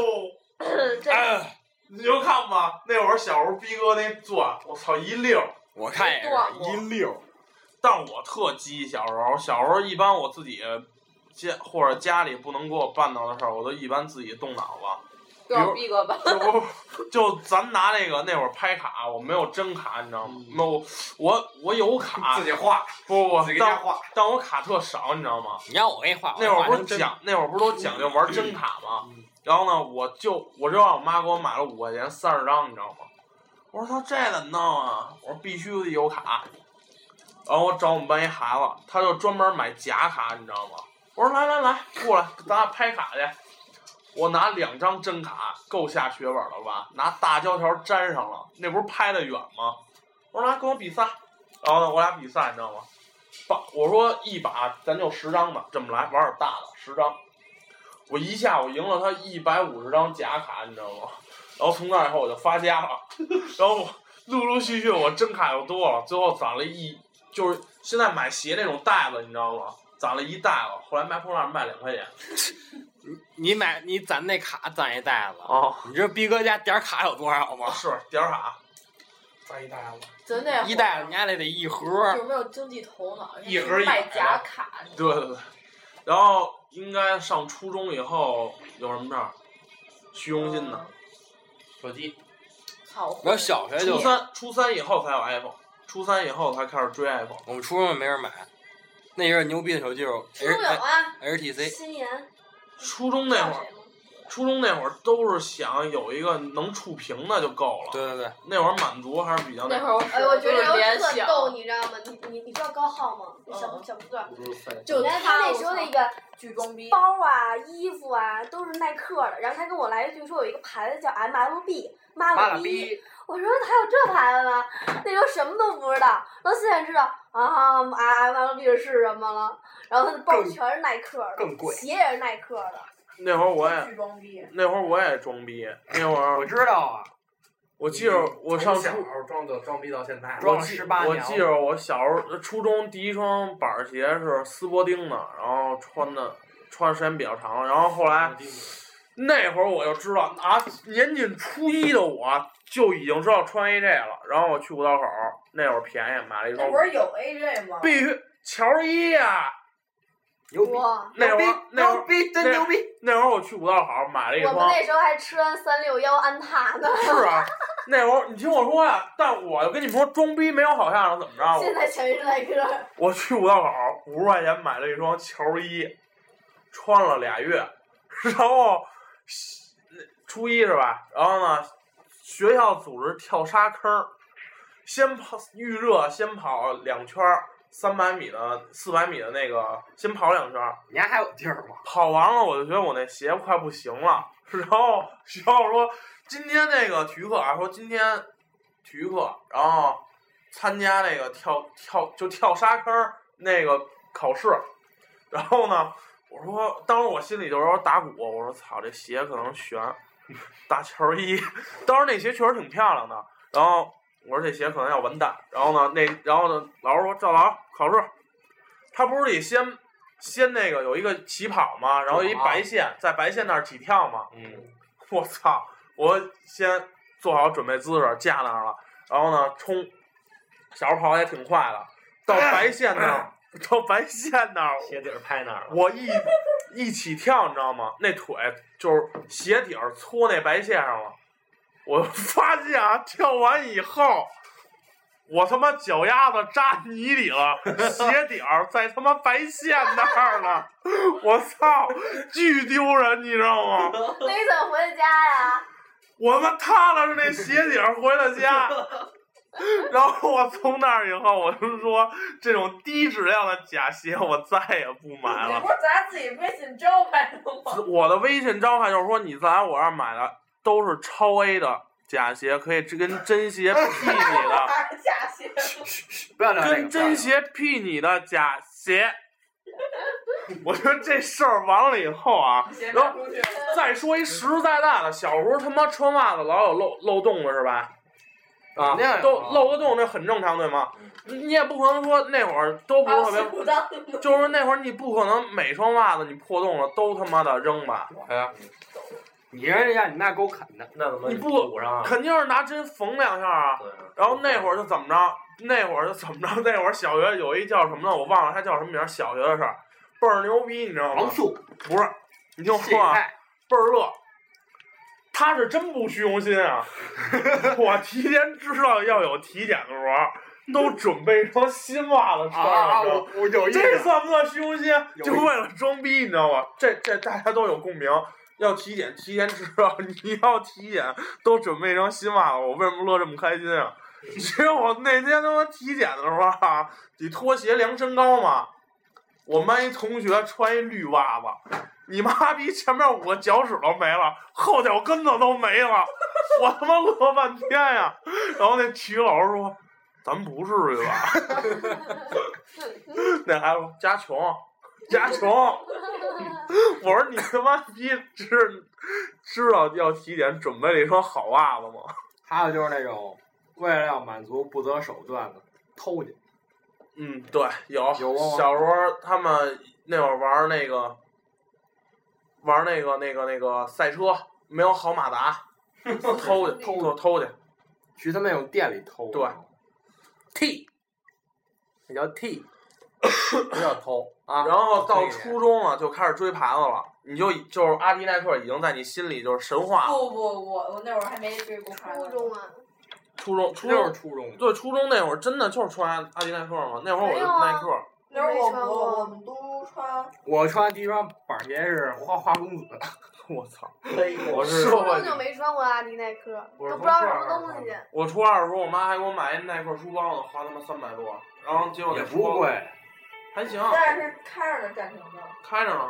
哎，你就看吧，那会儿小时候逼哥那钻，我操一溜儿，
我看也是一溜儿。
但我特鸡，小时候，小时候一般我自己家或者家里不能给我办到的事儿，我都一般自己动脑子。
就让逼哥吧。
*laughs* 哎就咱拿那个那会儿拍卡，我没有真卡，你知道吗？没有，我我有卡，
嗯自己画，
不不
自
不，
己家
但但我卡特少，你知道吗？
你让我给你画，
那会儿
我
不
画
是
成真
讲那会儿不是都讲究玩真卡吗？然后呢，我就我就让我妈给我买了五块钱三十张，你知道吗？我说他这怎么弄啊？我说必须得有卡。然后我找我们班一孩子，他就专门买假卡，你知道吗？我说来来来，过来，咱俩拍卡去。我拿两张真卡，够下血本了吧？拿大胶条粘上了，那不是拍的远吗？我说来跟我比赛，然后呢，我俩比赛，你知道吗？把我说一把咱就十张吧，这么来玩点大的，十张。我一下我赢了他一百五十张假卡，你知道吗？然后从那以后我就发家了， *laughs* 然后我陆陆续续我真卡又多了，最后攒了一就是现在买鞋那种袋子，你知道吗？攒了一袋子，后来卖破烂卖两块钱。
你买你攒那卡攒一袋子
哦，
你知道逼哥家点儿卡有多少
*laughs*
吗？
啊是点儿卡，
攒一袋子，
咱那会儿
一袋子你还得得一盒。
有没有经济头脑？
一盒一
卖
百
假
的
卡，
对对对，然后应该上初中以后有什么事儿？虚荣心
嗯
的，
手机。
操！
我小学就
初三，初三以后才有 iPhone，初三以后才开始追 iPhone。
我们初中也没人买，那一阵儿牛逼的手机就
初
是
中有啊
H T C。
新年，
初中那会儿，初中那会儿都是想有一个能触屏的就够了。
对对对，
那会儿满足还是比较
呃
那会儿我
哎，我觉得
就是
这
联
游戏特
想
逗，你知道吗？你你你知道高浩吗？那小小不段，
就
嗯你看他那时候那个
巨装逼，
包啊、衣服啊都是耐克的，然后他跟我来一句说有一个牌子叫 MLB，妈
妈
了
了逼
我说还有这牌子吗？那时候什么都不知道，然后现在知道啊啊 MLB 是什么了，然后他的包全是耐克的，
更贵
鞋也是耐克的，
那会儿我也
巨装逼。
那会儿我也装逼，那会儿
我知道啊，
我记着我上初
嗯小时候装的装逼到现在，
我记我记着我小时候初中第一双板儿鞋是斯伯丁的，然后穿的穿的时间比较长，然后后
啊
来那会儿我就知道啊，年仅初一的我就已经知道穿 AJ 了，然后我去五道口那会儿便宜买了一双，
AJ 吗
必须乔一啊，
牛
逼，
那会儿那会儿
牛逼
真牛逼，那会儿我去五道口买了一
我
双，
们那时候还穿三六幺安踏呢，
是
*laughs*
啊，那会儿你听我说呀、但我跟你们说，装逼没有好下场，怎么着？
现在
我
全是耐克。
我去五道口五十块钱买了一双球衣，穿了俩月，然后初一是吧？然后呢，学校组织跳沙坑儿，先跑预热，先跑两圈儿。三百米的、四百米的那个，先跑两圈儿。
你家还有地儿吗？
跑完了，我就觉得我那鞋快不行了。 *laughs* 然后学校说，今天那个体育课啊，说今天体育课，然后参加那个跳跳就跳沙坑儿那个考试。然后呢，我说当时我心里就有点打鼓，我说操，这鞋可能悬， *laughs* 大球衣。 *laughs* 当时那鞋确实挺漂亮的，然后我说这鞋可能要完蛋。然后呢，那然后呢，老师说赵老师考试，他不是得先先那个有一个起跑嘛，然后一白线在白线那儿起跳嘛。
嗯，
我操！我先做好准备姿势，架那儿了，然后呢冲，小时候跑得也挺快的，到白线那
*laughs*
儿，到白线那儿，
鞋底儿拍那儿了。
我一一起跳，你知道吗？那腿就是鞋底儿搓那白线上了。我发现啊，跳完以后，我他妈脚丫子扎泥里了，鞋底儿在他妈白线那儿了。我操，巨丢人，你知道吗？
那你怎么回的家呀？
我他妈踏了是那鞋底儿回了家，然后我从那儿以后，我就说这种低质量的假鞋我再也不买
你
了
不。是咱自己微信招牌的吗？
我的微信招牌就是说，你在我这儿买的都是超 A 的假鞋，可以跟真鞋 P 你
啊
的。
假鞋。
不要跟真鞋屁你的假鞋。 *laughs* 我觉得这事儿完了以后啊，然后再说一实实在在的，小时候他妈穿袜子老有漏漏洞的是吧？啊
肯定有，
都漏个洞，这很正常，对吗？你也不可能说那会儿都不是特
啊是不当
别，就是那会儿你不可能每双袜子你破洞了都他妈的扔吧？
哎呀，你让人家你妈给我啃的，
那怎么
你不
补上啊？
肯定是拿针缝两下啊。然后那会儿就怎么着？那会儿就怎么着？ *laughs* 那会儿小学有一叫什么呢？我忘了他叫什么名儿。小学的事儿，倍儿牛逼，你知道吗？王
素
不是，你听我说啊，倍儿乐。他是真不虚荣心
*laughs*
啊！我提前知道要有体检的时候，啊都准备一双新袜子穿
啊啊
了。你知道吗
我我有印象
这算不算虚荣心？
有
就
印象
为了装逼，你知道吗？这这大家都有共鸣。要体检，提前知道 *laughs* 你要体检，都准备一双新袜子，我为什么乐这么开心啊？ *laughs* 其实我那天他妈体检的时候啊，得脱鞋量身高嘛。我们班一同学穿一绿袜子，你妈逼前面五个脚趾头没了，后脚跟子都没了，我他妈乐半天呀、然后那体育老师说：“咱不至于吧？” *laughs* 那孩子说：“家穷，家穷。”我说：“你他妈逼知知道要体检，准备了一双好袜子吗？”
还有就是那种为了要满足不择手段的偷去，
嗯，对，有
吗
小时候他们那会儿玩那个，玩那个那个那个赛车，没有好
*laughs*
马达，偷去偷就偷去，
去他们那种店里偷。
对，T，
那叫 T，不叫偷啊。
然后
我可
到
以
初中了就开始追盘子了，你就已就是阿迪耐克已经在你心里就是神话了。
不不，我我那会儿还没追过初中
啊。
初中初
那会
中
儿初中
对初中那会儿真的就是穿阿迪耐克嘛，那会儿我就
没有啊
耐克。
那会儿我我我们都
啊
穿
我穿第一双板鞋是花花公子，
我操！
我是
初中就没穿过阿迪耐克，
我
都
是
不知道
从
什
这
么
儿
东西。哎
我初二的时候，我妈还给我买一耐克书包呢，花他妈三百多，然后结果
也
那
不
书包
贵，
还行，
但是开着的暂停的，
开着呢。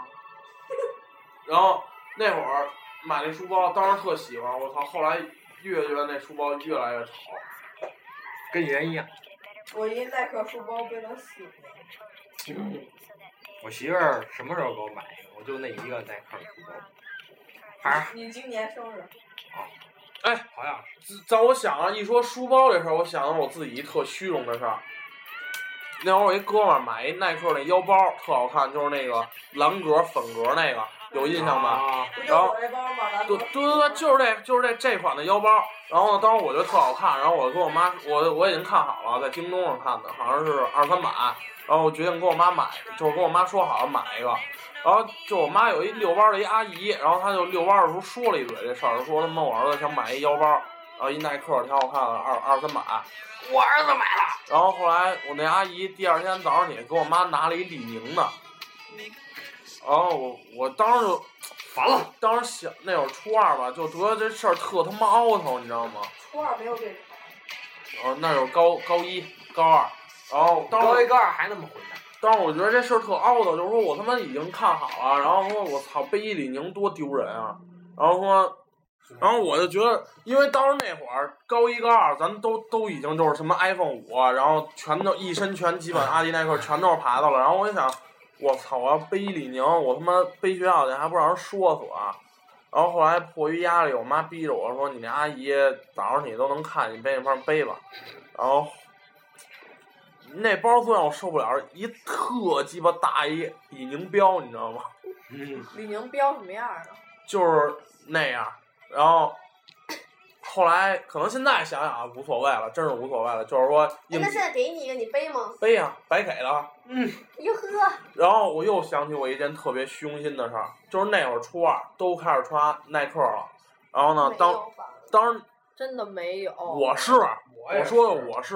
然后那会儿买那书包，当时特喜欢，我操！后来越觉得那书包越来越潮，
跟人一样。
我一耐克书包被能洗。
我媳妇儿什么时候给我买一个？我就那一个耐克书包，还是
你今年生日，
哎，
好像是。
在我想啊，一说书包这事儿，我想到我自己一特虚荣的事儿。那会儿我一哥们儿买一耐克那腰包，特好看，就是那个蓝格粉格那个，有印象
啊
吧？
不就
然后
我这包吗？咱
对对对对，就是这就是这这款的腰包。然后呢，当时我觉得特好看，然后我跟我妈，我我已经看好了，在京东上看的，好像是二三百。然后我决定跟我妈买，就是跟我妈说好买一个。然后就我妈有一遛弯儿的一阿姨，然后她就遛弯儿的时候说了一嘴这事儿，说他妈我儿子想买一腰包，然后一耐克挺好看的，二二三百。
我儿子买了。
然后后来我那阿姨第二天早上起来给我妈拿了一李宁的，然后我我当时就
烦了，
当时想那会儿初二吧，就觉得这事儿特他妈凹头，你知道吗？
初二没有这个。
哦，那有高高一、高二，然后当时
高一高二还那么混蛋。
当时我觉得这事儿特凹的，就是说我他妈已经看好了，然后说我操背一李宁多丢人啊，然后说，然后我就觉得，因为当时那会儿高一高二，咱都都已经就是什么 iPhone 五啊，然后全都一身全基本阿迪耐克全都是牌子了，然后我就想，我操，我要背一李宁，我他妈背学校去还不让人说死我啊。然后后来迫于压力，我妈逼着我说：“你那阿姨早上你都能看，你背那块背吧。”然后那包最让我受不了，一特鸡巴大一李宁标，你知道吗？
李宁标什么样啊？
就是那样。然后后来可能现在想想啊，无所谓了，真是无所谓了。就是说
哎
应
那
急
现在给你一个，你背吗？
背呀、白给了。
哟呵，
然后我又想起我一件特别虚荣心的事儿，就是那会儿初二都开始穿耐克了。然
哎
后呢，当当时
真的没有。
哦
我是，
也
我说的我是，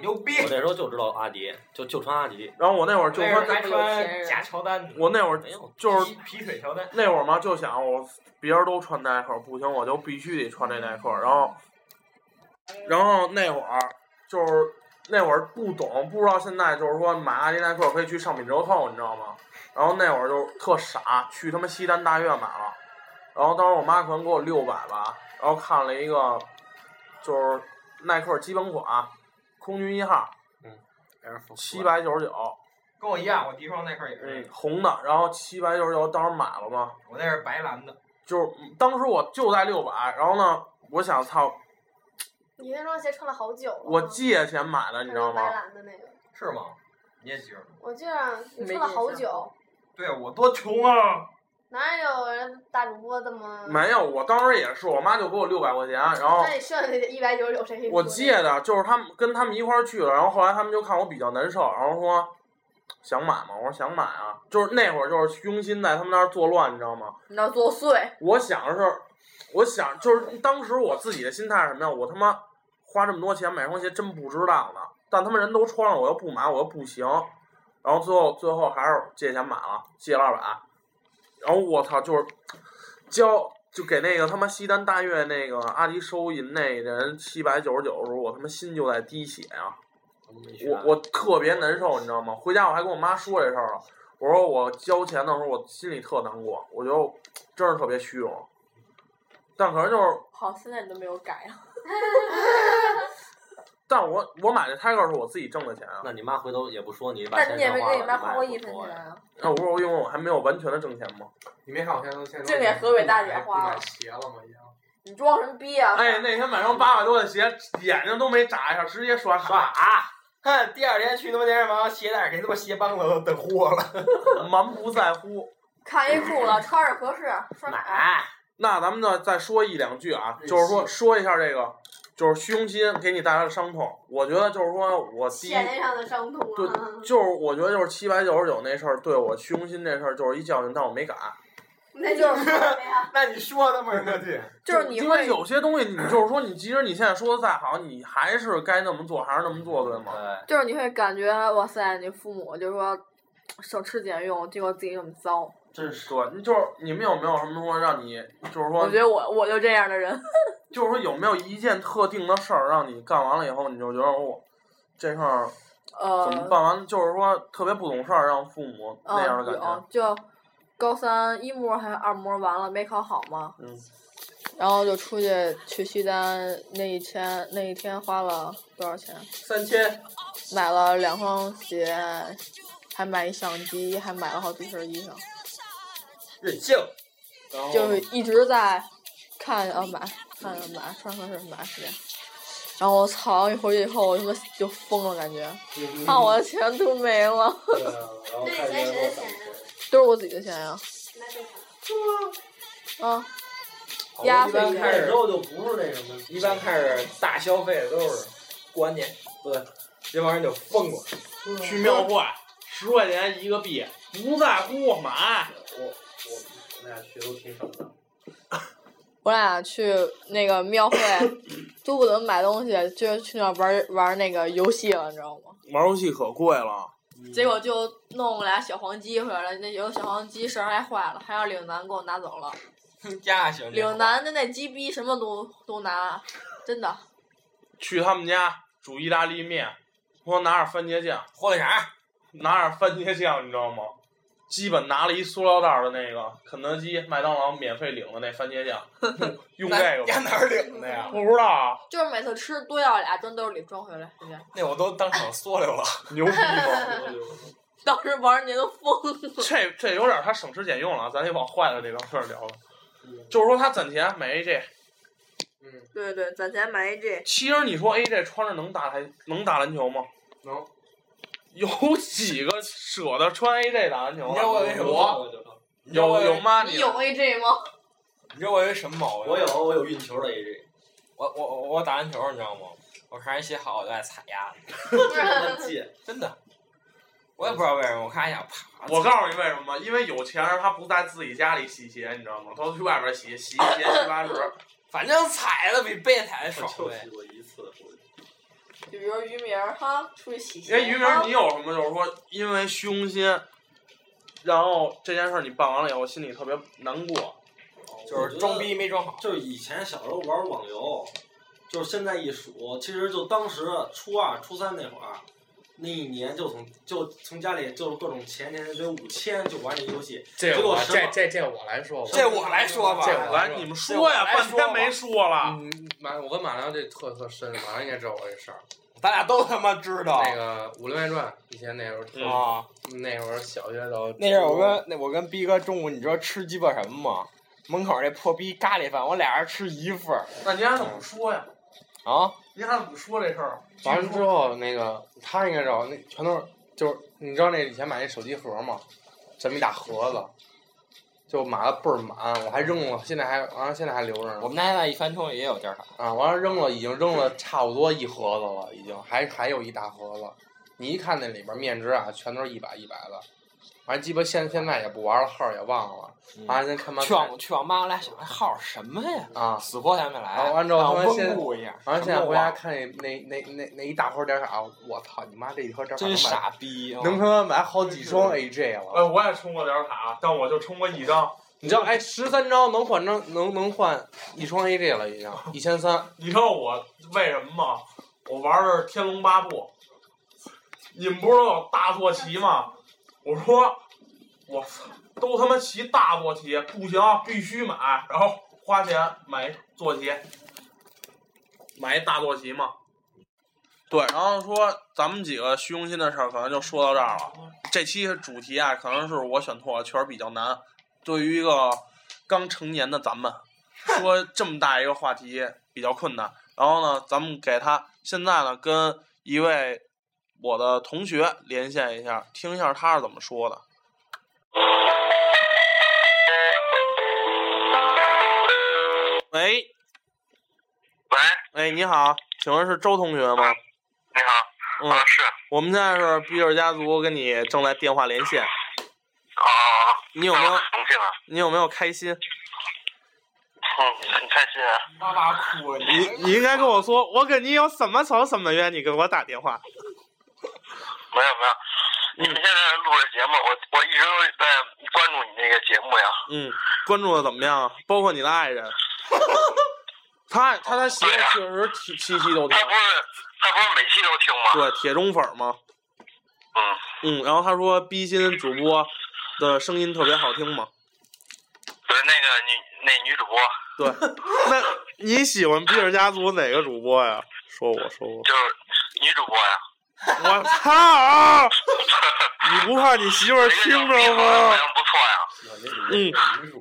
牛逼！我那时候就知道阿迪，就就穿阿迪。
然后我那会儿就穿
还穿假乔丹，
我那会儿就是
皮腿乔丹。
那会儿嘛，就想我别人都穿耐克，不行，我就必须得穿这耐克。然后，然后那会儿就是那会儿不懂，不知道现在就是说买阿迪耐克可以去上品折扣，你知道吗？然后那会儿就特傻，去他妈西单大悦买了，然后当时我妈可能给我六百吧，然后看了一个就是耐克基本款，空军一号，七百九十九，
跟我一样，我第一双耐克也是
嗯，红的，然后七百九十九，当时买了嘛，
我那是白蓝的，
就是当时我就在六百，然后呢，我想操，
你那双鞋穿了好久了。
我借钱买的，你知道
白
吗？
蓝的那个，
是吗？你也记着？
我记得你
没
穿了
印
好
象
久，
对我多穷啊！
哪有人大主播的吗？
没有，我当时也是，我妈就给我六百块钱，然后
那你剩下的一百九十九谁给你
我
出的
借的，就是他们跟他们一块儿去了，然后后来他们就看我比较难受，然后说想买吗？我说想买啊，就是那会儿就是虚荣心在他们那儿作乱，你知道吗？
你要作祟，
我想的是，我想就是当时我自己的心态是什么呀？我他妈花这么多钱买双鞋真不值当的，但他们人都穿了，我又不买，我又不行。然后最后最后还是借钱买了，借了二百。然后我操，就是交就给那个他妈西单大悦那个阿迪收银那人七百九十九的时候，我他妈心就在滴血啊！我我特别难受，你知道吗？回家我还跟我妈说这事儿了，我说我交钱的时候我心里特难过，我觉得我真是特别虚荣。但可能就是，
好，现在你都没有改啊。
但我我买的 Tiger 是我自己挣的钱啊。
那你妈回头也不说你把
那
钱
你也
全
没
花了，
给你
你
妈
妈
花过一
也不
分
说
钱
呀。
啊？
那我说我因为我还没有完全的挣钱吗？
你没看我现在都现在都
啊这脸河北大姐
不买
花
不买鞋了吗？已经
你装什么逼啊？
哎，那天买双八百多的鞋，眼睛都没眨一下，直接刷傻。
哼，第二天去他妈健身房，鞋带给他妈鞋帮子都蹬豁了。
蛮不在乎。
看一裤子，穿着合适，说买。
那咱们呢再说一两句啊，就是说说一下这个，就是虚荣心给你带来的伤痛。我觉得就是说我第一
钱上的伤痛
对
啊！，
就是我觉得就是七百九十九那事儿对我虚荣心这事儿就是一教训，但我没改。
那就是
那你说他妈什么去？
就是你
因为有些东西，你就是说你即使你现在说的再好，你还是该那么做，还是那么做，对吗？
就是你会感觉哇塞，你父母就说省吃俭用，结果自己这么糟。
真是对，你就是你们有没有什么说让你就是说，
我觉得我我就这样的人，
就是说有没有一件特定的事儿让你干完了以后，你就觉得我这事儿怎么
呃，
办完？就是说特别不懂事儿，让父母那样
嗯，
的感觉
有。就高三一模还是二模完了没考好嘛，
嗯，
然后就出去去西单那一天那一天花了多少钱？
三千。
买了两双鞋，还买一相机，还买了好几身衣裳，
任性。
哦
就是一直在看啊买，看啊买，穿合适买是这样。然后我操！一回去以后，我他妈就疯了，感觉，
嗯
啊，我的钱都没了， *laughs*
那
你钱谁的钱呀？
都是我自己的钱呀、
那正常。
啊，压
一
岁
般开
钱
始
就不是那什么，
一般开始大消费的都是过完年，对，这帮人就疯了。
去庙会，十块钱一个币，不在乎买。
我我我俩学都挺少的。
我俩去那个庙会，都不怎么买东西，就去那儿玩儿玩儿那个游戏了，你知道吗？
玩游戏可贵了，
结果就弄了俩小黄鸡回来，那有小黄鸡绳儿还坏了，还让岭南给我拿走
哎
了。
家行
岭南的那鸡逼什么都都拿，真的。
去他们家煮意大利面，说拿点番茄酱，
火腿肠，
拿点番茄酱，你知道吗？基本拿了一塑料袋儿的那个肯德基、麦当劳免费领的那番茄酱，用这个吧。
哪儿领的呀？
不知道啊，
就是每次吃都要俩装兜里装回来，就这样。
那我都当场缩溜了。
牛逼吗？
当时玩儿您都疯了。
*laughs* 这这有点儿他省吃俭用了，咱得往坏的这方面聊了。就是说他攒钱买 AJ，
对对，攒钱买 AJ。
其实你说 AJ 穿着能打篮能打篮球吗？
能。
有几个舍得穿 AJ 打篮球啊
你
的？
知道我为什么吗？
有有妈
你有 AJ 吗？ *laughs*
你知道我有一什么毛病？
我有我有运球的 AJ。
我我我我打篮球，你知道吗？我看人鞋好，我就爱踩丫子。真的，我也不知道为什么，我看一下，啪！
我告诉你为什么吗？因为有钱人他不在自己家里洗鞋，你知道吗？他都去外边洗，洗一鞋七八十。
反正踩的比被踩的爽呗。
我一次，
就比如于明儿哈，出去洗
因哎为于明儿，你有什么就是说，因为虚荣心，然后这件事儿你办完了以后，心里特别难过。
就是装逼没装好。
就是以前小时候玩网游，就是现在一数，其实就当时初二、初三那会儿，那一年就从就从家里就是各种钱，年年得五千就玩这游戏，
这
结果
我
什么
这这这我来说吧，
这我来说吧
这我
来你们说呀半天没
哎说
了。嗯马，我跟马良这特特深，马良应该知道我这事儿。
咱俩都他妈知道。
那个《武林外传》，以前那时候特
啊，
那会儿小学都
那阵儿我跟那我跟逼哥中午你知道吃鸡巴什么吗？门口那破逼咖喱饭，我俩人吃一份儿
那您还怎么说呀？
啊！
您还怎么说这事儿？啊
完了之后，那个他应该知道，那全都是就是你知道那以前买那手机盒吗？这么一大盒子，就买了倍儿满，我还扔了，现在还完了现在还留着呢。
我们家现在一翻通也有地儿
啊，完了扔了，已经扔了差不多一盒子了，已经还还有一大盒子。你一看那里边面值啊，全都是一百一百的。完鸡巴现现在也不玩了，号儿也忘了。
嗯
完了先看吧。
去网去网吧，我俩想这号什么呀？
啊，
死活想不起来。
然后完之后，
啊
他们现
温故一下。
完了现在
什么都
回家
忘了
看那那那那那一大盒点儿啥，我操你妈这一盒点儿啥
真
能买
傻呃逼哦
能他妈买好几双 AJ 了。
哎，我也充过点儿卡，但我就充过一张。
你知道，哎，十三招能换张能能换一双 AJ 了，已经一千三。
你知道我为什么吗？我玩的是《天龙八部》，你们不是有大坐骑吗？我说，我操，都他妈骑大坐骑，不行，必须买，然后花钱买坐骑，买一大坐骑嘛。对，然后说咱们几个虚荣心的事儿，可能就说到这儿了。这期主题啊，可能是我选错了，确实比较难。对于一个刚成年的咱们，说这么大一个话题比较困难。然后呢，咱们给他现在呢跟一位我的同学连线一下，听一下他是怎么说的。喂，喂，哎，你好，请问是周同学吗？你好，嗯，是。我们现在是比尔家族跟你正在电话连线。
哦，
你有没有？
荣幸啊，
你有没有开心？
嗯，很开心啊。
哇哇哭啊！
你你应该跟我说，我跟你有什么仇什么怨，你给我打电话。
没有没有，你们现在录着节目，我我一直都在关注你那个节目呀。
嗯，关注的怎么样？包括你的爱 *laughs* 人，他他他媳妇确实七七期都听，
他不是每期都听吗？
对，铁中粉儿嘛。嗯。然后他说逼心主播的声音特别好听嘛。
不是那个女那女主播，
*laughs* 对，那你喜欢比尔家族哪个主播呀？说我说我，
就是女主播呀。
我操！你不怕你媳妇儿听着吗？嗯，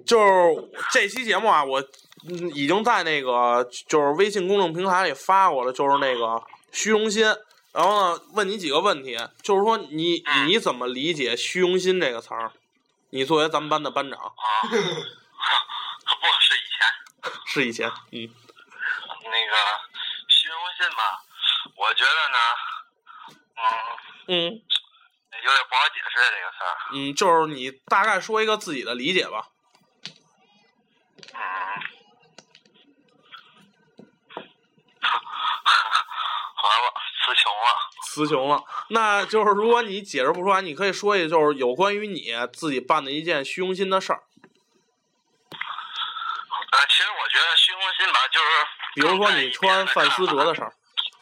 就是这期节目啊，我嗯已经在那个就是微信公众平台里发过了，就是那个虚荣心。然后呢，问你几个问题，就是说你你怎么理解虚荣心这个词儿？你作为咱们班的班长，
不是以前
是以前，
那
嗯，
个虚荣心吧，我觉得呢，嗯，
嗯
有点不好解释这个事儿。
嗯，就是你大概说一个自己的理解吧。
好了，词穷了。
词穷了。那就是如果你解释不出来，你可以说一，就是有关于你自己办的一件虚荣心的事儿，
呃，其实我觉得虚荣心吧，就是
比如说你穿范思哲的事儿。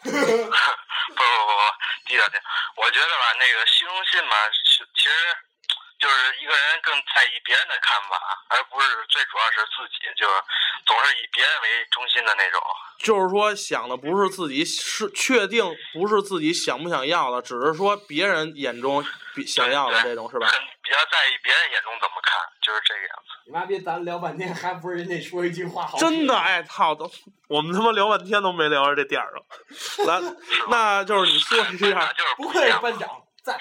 不不不不，低调点。我觉得吧，那个虚荣心吧，是其实就是一个人更在意别人的看法，而不是最主要是自己，就是总是以别人为中心的那种。
就是说，想的不是自己是确定，不是自己想不想要的，只是说别人眼中比想要的这种，是吧？
比较在意别人眼中怎么看，就是这个样子。
你妈逼，咱聊半天还不是人家说一句话好。
真的，哎操！都 *laughs* 我们他妈聊半天都没聊到这点儿上，来， *laughs* 那就是你啊说一下，
不
哎
愧是班长，赞。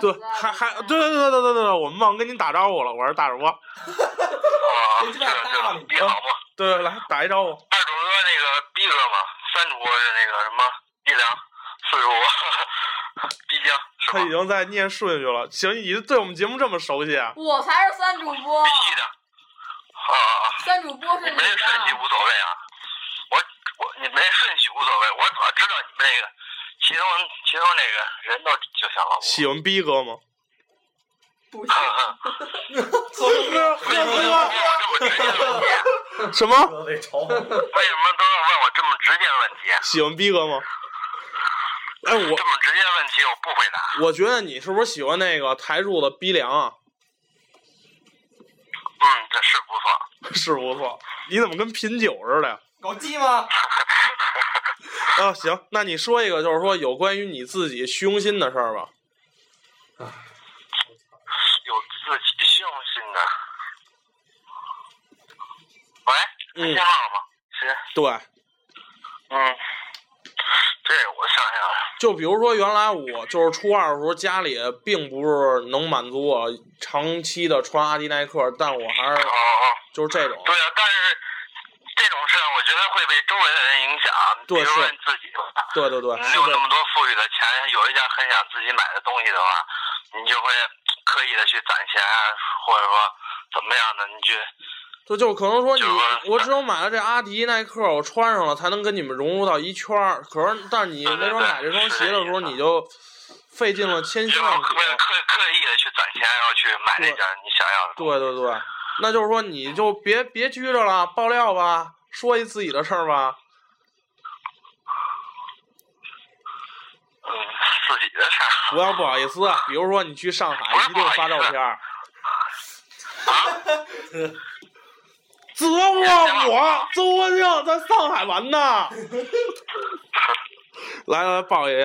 对，还还对对对对对对，我们忘跟您打招呼了，我是大主播。
这这这，你好吗？
对，来打一招呼。
二主播那个逼哥嘛，三主播是那个什么逼良，四主播 *laughs* 逼江。
他已经在念顺序了，行，你对我们节目这么熟悉啊？
我才是三主播，
啊，
三主播是
你
你
们这顺序
的。
无所谓啊，我我你们这顺序无所谓，我主要知道你们那个 *laughs* 其中其中那个人都就行了。
喜欢逼哥吗？
不
行，
喝喝喝什么？
为什么
都要问我这么直接问
题？啊
喜欢逼哥吗？哎，我
这么直接问题我不回答。
我觉得你是不是喜欢那个台柱子逼良啊？ *laughs*
嗯，这是不错。
是不错，你怎么跟品酒似的呀？
*laughs* 搞基吗？
啊，行，那你说一个，就是说有关于你自己虚荣心的事儿吧。
有自己信不信的。喂，
嗯
信号了吗？行，
对，
嗯，这我想想啊，
就比如说原来我就是初二的时候，家里并不是能满足我长期的穿阿迪耐克，但我还是就是这种。
对啊，但是这种事儿我觉得会被周围的人影响，比
对
如说
是
你自己吧，
对对对，
你
是
有那
的
么多富裕的钱，有一件很想自己买的东西的话，你就会刻意的去攒钱啊，或者说怎么样的，你去
这就可能说你，我只有啊买了这阿迪耐克，我穿上了才能跟你们融入到一圈儿。可是，但是你没准买这双鞋的时候，你就费尽了千辛万苦。
刻意的去攒钱，然后去买那件你想要的。
对对对，那就是说你就别别拘着了，爆料吧，说一自己的事儿吧。
嗯，自己的事儿。
不要不好意思啊，比如说你去上海一顿发照片儿，啊 *laughs* 折磨我，周文正在上海玩呢。 *laughs* 来来，报一个，
你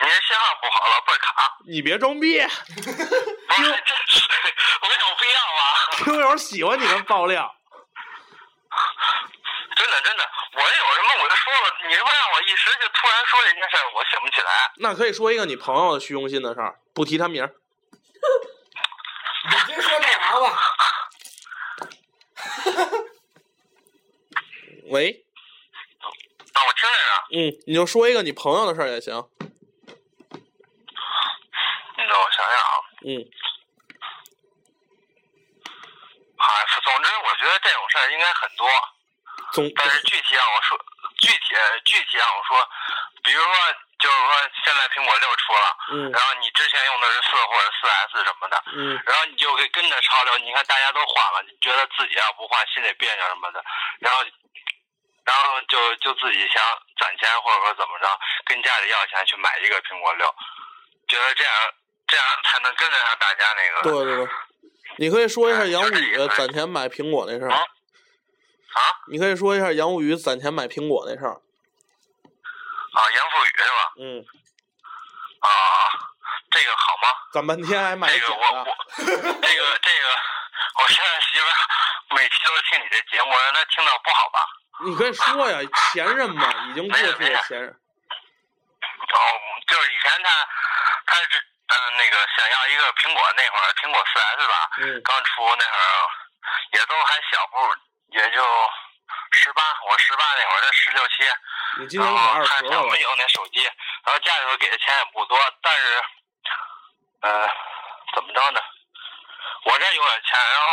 这信号不好，老被卡。
你别装逼，
不是，这是我有必要吗？ *laughs*
听友喜欢你的爆料。
真的真的，我有什么我就说了，你说让我一时就突然说这件事儿，我想不起来。
那可以说一个你朋友的虚荣心的事儿，不提他名儿。
你直说这玩吧。
喂，
啊，我听着呢。
嗯，你就说一个你朋友的事儿也行。
那我想想啊，
嗯，
啊，总之我觉得这种事儿应该很多。
总
但是具体让我说，具体具体让我说，比如说，就是说现在苹果六出了，
嗯
然后你之前用的是四或者四 S 什么的，
嗯
然后你就会跟着潮流，你看大家都换了，你觉得自己要不换心里别扭什么的，然后。然后就就自己想攒钱，或者说怎么着，跟家里要钱去买一个苹果六，觉得这样这样才能跟得上大家那个。
对对对，你可以说一下杨武宇攒钱买苹果那事儿。啊？你可以说一下杨武宇攒钱买苹果那事儿。
啊，杨富宇是吧？
嗯，
啊，这个好吗？
攒半天还买
这
假
个我
的。
我这个这个，我现在媳妇儿每期都听你这节目，让她听到不好吧？
你可以说呀，前任嘛，已经过去的前任。
哦，就是以前她她是嗯、呃那个想要一个苹果那会儿苹果四 S 吧，
嗯
刚出那会儿也都还小不，也就十八，我十八那会儿她十六七，啊
你今年可二
她
十
想
了
没。有那手机，然后家里头给的钱也不多，但是，呃，怎么着呢？我这有点钱，然后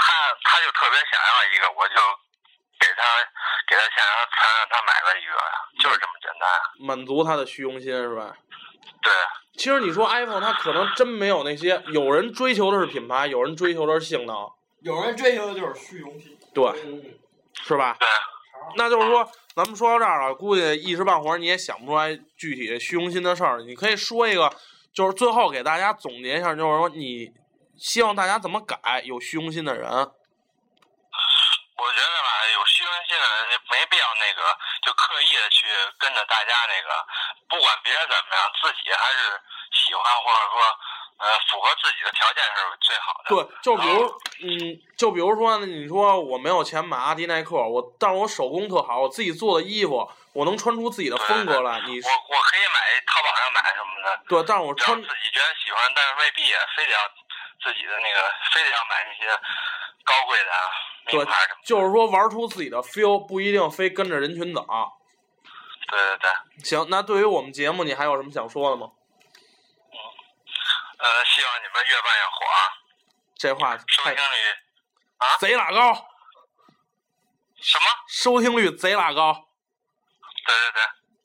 他他就特别想要一个，我就给他给他钱，然后才让他买了一个，就是这么简单。啊
满足他的虚荣心是吧？
对，
其实你说 iPhone，它可能真没有那些，有人追求的是品牌，有人追求的是性能，
有人追求的就是虚荣心。
对，是吧？
对。
那就是说，咱们说到这儿了，估计一时半会儿你也想不出来具体虚荣心的事儿。你可以说一个，就是最后给大家总结一下，就是说你希望大家怎么改有虚荣心的人。
我觉得吧，有虚荣心的人没必要那个，就刻意的去跟着大家那个，不管别人怎么样，自己还是喜欢或者说呃符合自己的条件是最好的。
对，就比如，嗯，就比如说，你说我没有钱买阿迪耐克，我但是我手工特好，我自己做的衣服，我能穿出自己的风格来。你
我我可以买淘宝上买什么的，
对，但是我
只要
穿
自己觉得喜欢，但是未必也非得要自己的那个，非得要买那些高贵的啊名
对
牌什么。，
就是说玩出自己的 feel，不一定非跟着人群走。
对对对，
行，那对于我们节目，你还有什么想说的吗？
呃，希望你们越办越火啊，
这话
收
太
听率
贼拉高，
什么？
收听率贼拉高。
对对对，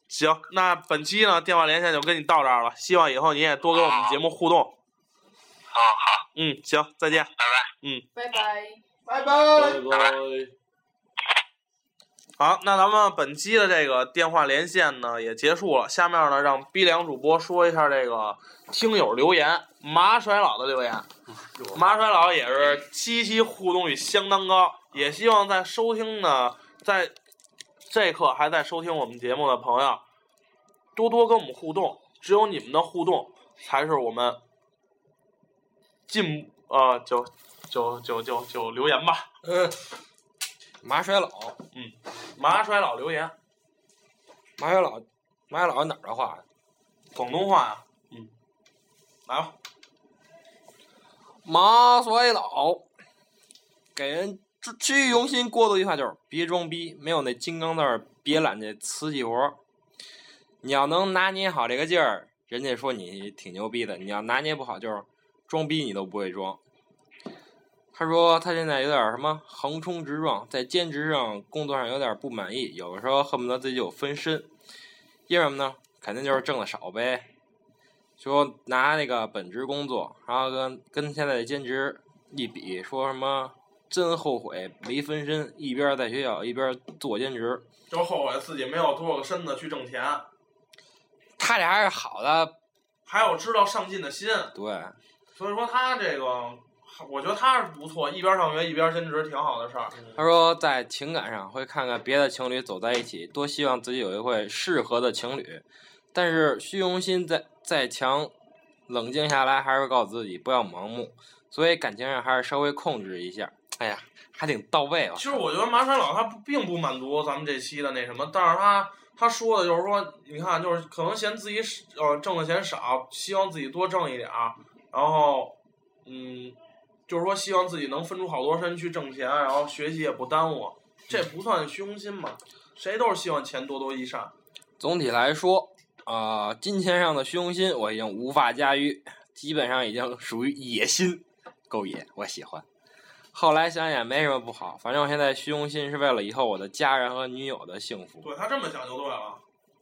行，那本期呢电话连线就跟你到这儿了，希望以后你也多跟我们节目互动。
啊，哦，好，
嗯，行，再见，拜
拜，
嗯，
拜拜，
拜
拜。好，那咱们本期的这个电话连线呢也结束了，下面呢让逼良主播说一下这个听友留言，麻甩佬的留言，麻甩佬也是七夕互动率相当高，也希望在收听呢，在这一刻还在收听我们节目的朋友，多多跟我们互动，只有你们的互动才是我们进呃就就就就就留言吧。
嗯，
麻甩佬，
嗯，麻甩佬留言，
麻甩佬，麻甩佬哪儿的话？
广东话呀、嗯，来吧。
麻甩佬，给人这去用心过度一句话就是别装逼，没有那金刚钻儿，别揽这瓷器活儿。你要能拿捏好这个劲儿，人家说你挺牛逼的；你要拿捏不好，就是装逼你都不会装。他说他现在有点儿什么横冲直撞，在兼职上、工作上有点儿不满意，有的时候恨不得自己有分身，因为什么呢？肯定就是挣的少呗。说拿那个本职工作，然后跟跟现在的兼职一比，说什么真后悔没分身，一边在学校一边做兼职。
就后悔自己没有多个身子去挣钱，
他俩还是好的，
还有知道上进的心。
对，
所以说他这个，我觉得他是不错，一边上学一边兼职，挺好的事儿。
他说在情感上会看看别的情侣走在一起，多希望自己有一回适合的情侣。但是虚荣心再再强，冷静下来还是告诉自己不要盲目，所以感情上还是稍微控制一下。哎呀，还挺到位吧？啊
其实我觉得麻山老他不并不满足咱们这期的那什么，但是他他说的就是说，你看，就是可能嫌自己是呃挣的钱少，希望自己多挣一点儿，然后嗯，就是说希望自己能分出好多身去挣钱，然后学习也不耽误，这不算虚荣心嘛？谁都是希望钱多多益善。
总体来说，啊、金钱上的虚荣心我已经无法驾驭，基本上已经属于野心，够野，我喜欢。后来想想也没什么不好，反正我现在虚荣心是为了以后我的家人和女友的幸福。
对他这么想就对了，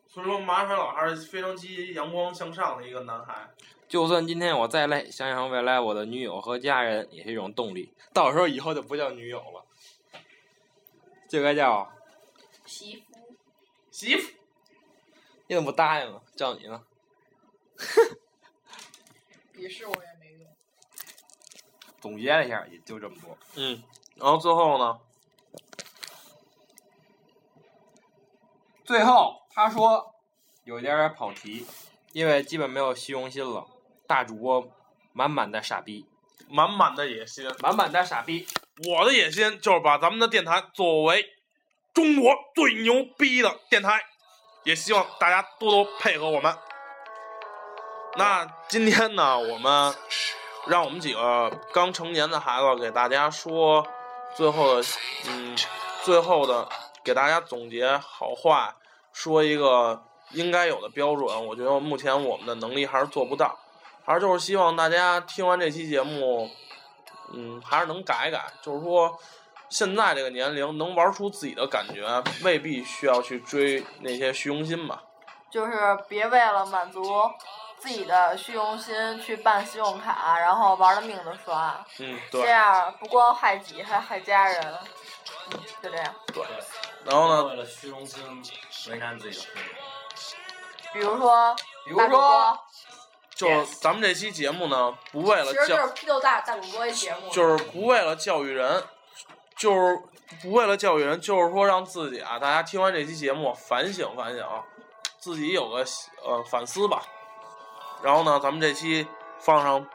所以说麻山老还是非常积极、阳光向上的一个男孩。
就算今天我再累，想想未来我的女友和家人也是一种动力。到时候以后就不叫女友了，就该叫
媳妇，
媳妇。
你怎么不答应啊？叫你呢？
鄙视我也没用。
总结了一下，也就这么多。
嗯，然后最后呢？
最后他说有一点点跑题，因为基本没有虚荣心了。大主播满满的傻逼，
满满的野心，
满满的傻逼。
我的野心就是把咱们的电台作为中国最牛逼的电台，也希望大家多多配合我们。那今天呢，我们让我们几个刚成年的孩子给大家说最后的，嗯，最后的给大家总结好坏，说一个应该有的标准。我觉得目前我们的能力还是做不到，还是就是希望大家听完这期节目，嗯，还是能改一改，就是说。现在这个年龄能玩出自己的感觉，未必需要去追那些虚荣心吧。
*laughs* 就是别为了满足自己的虚荣心去办信用卡，然后玩了命的刷，
嗯，对。
这样不光害己，还害家人。嗯，就这样。
对。然后呢？
为了虚荣心为难自己的父母。
比如说，
比如说，就咱们这期节目呢，不为了
其实就
教
是，批斗大大主播的节目，
就是不为了教育人，就是不为了教育人，就是说让自己啊，大家听完这期节目反省反省，自己有个呃反思吧。然后呢，咱们这期放上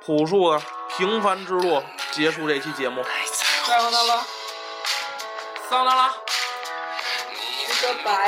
朴树的《平凡之路》，结束这期节目。
再见了，
桑德拉。
说白。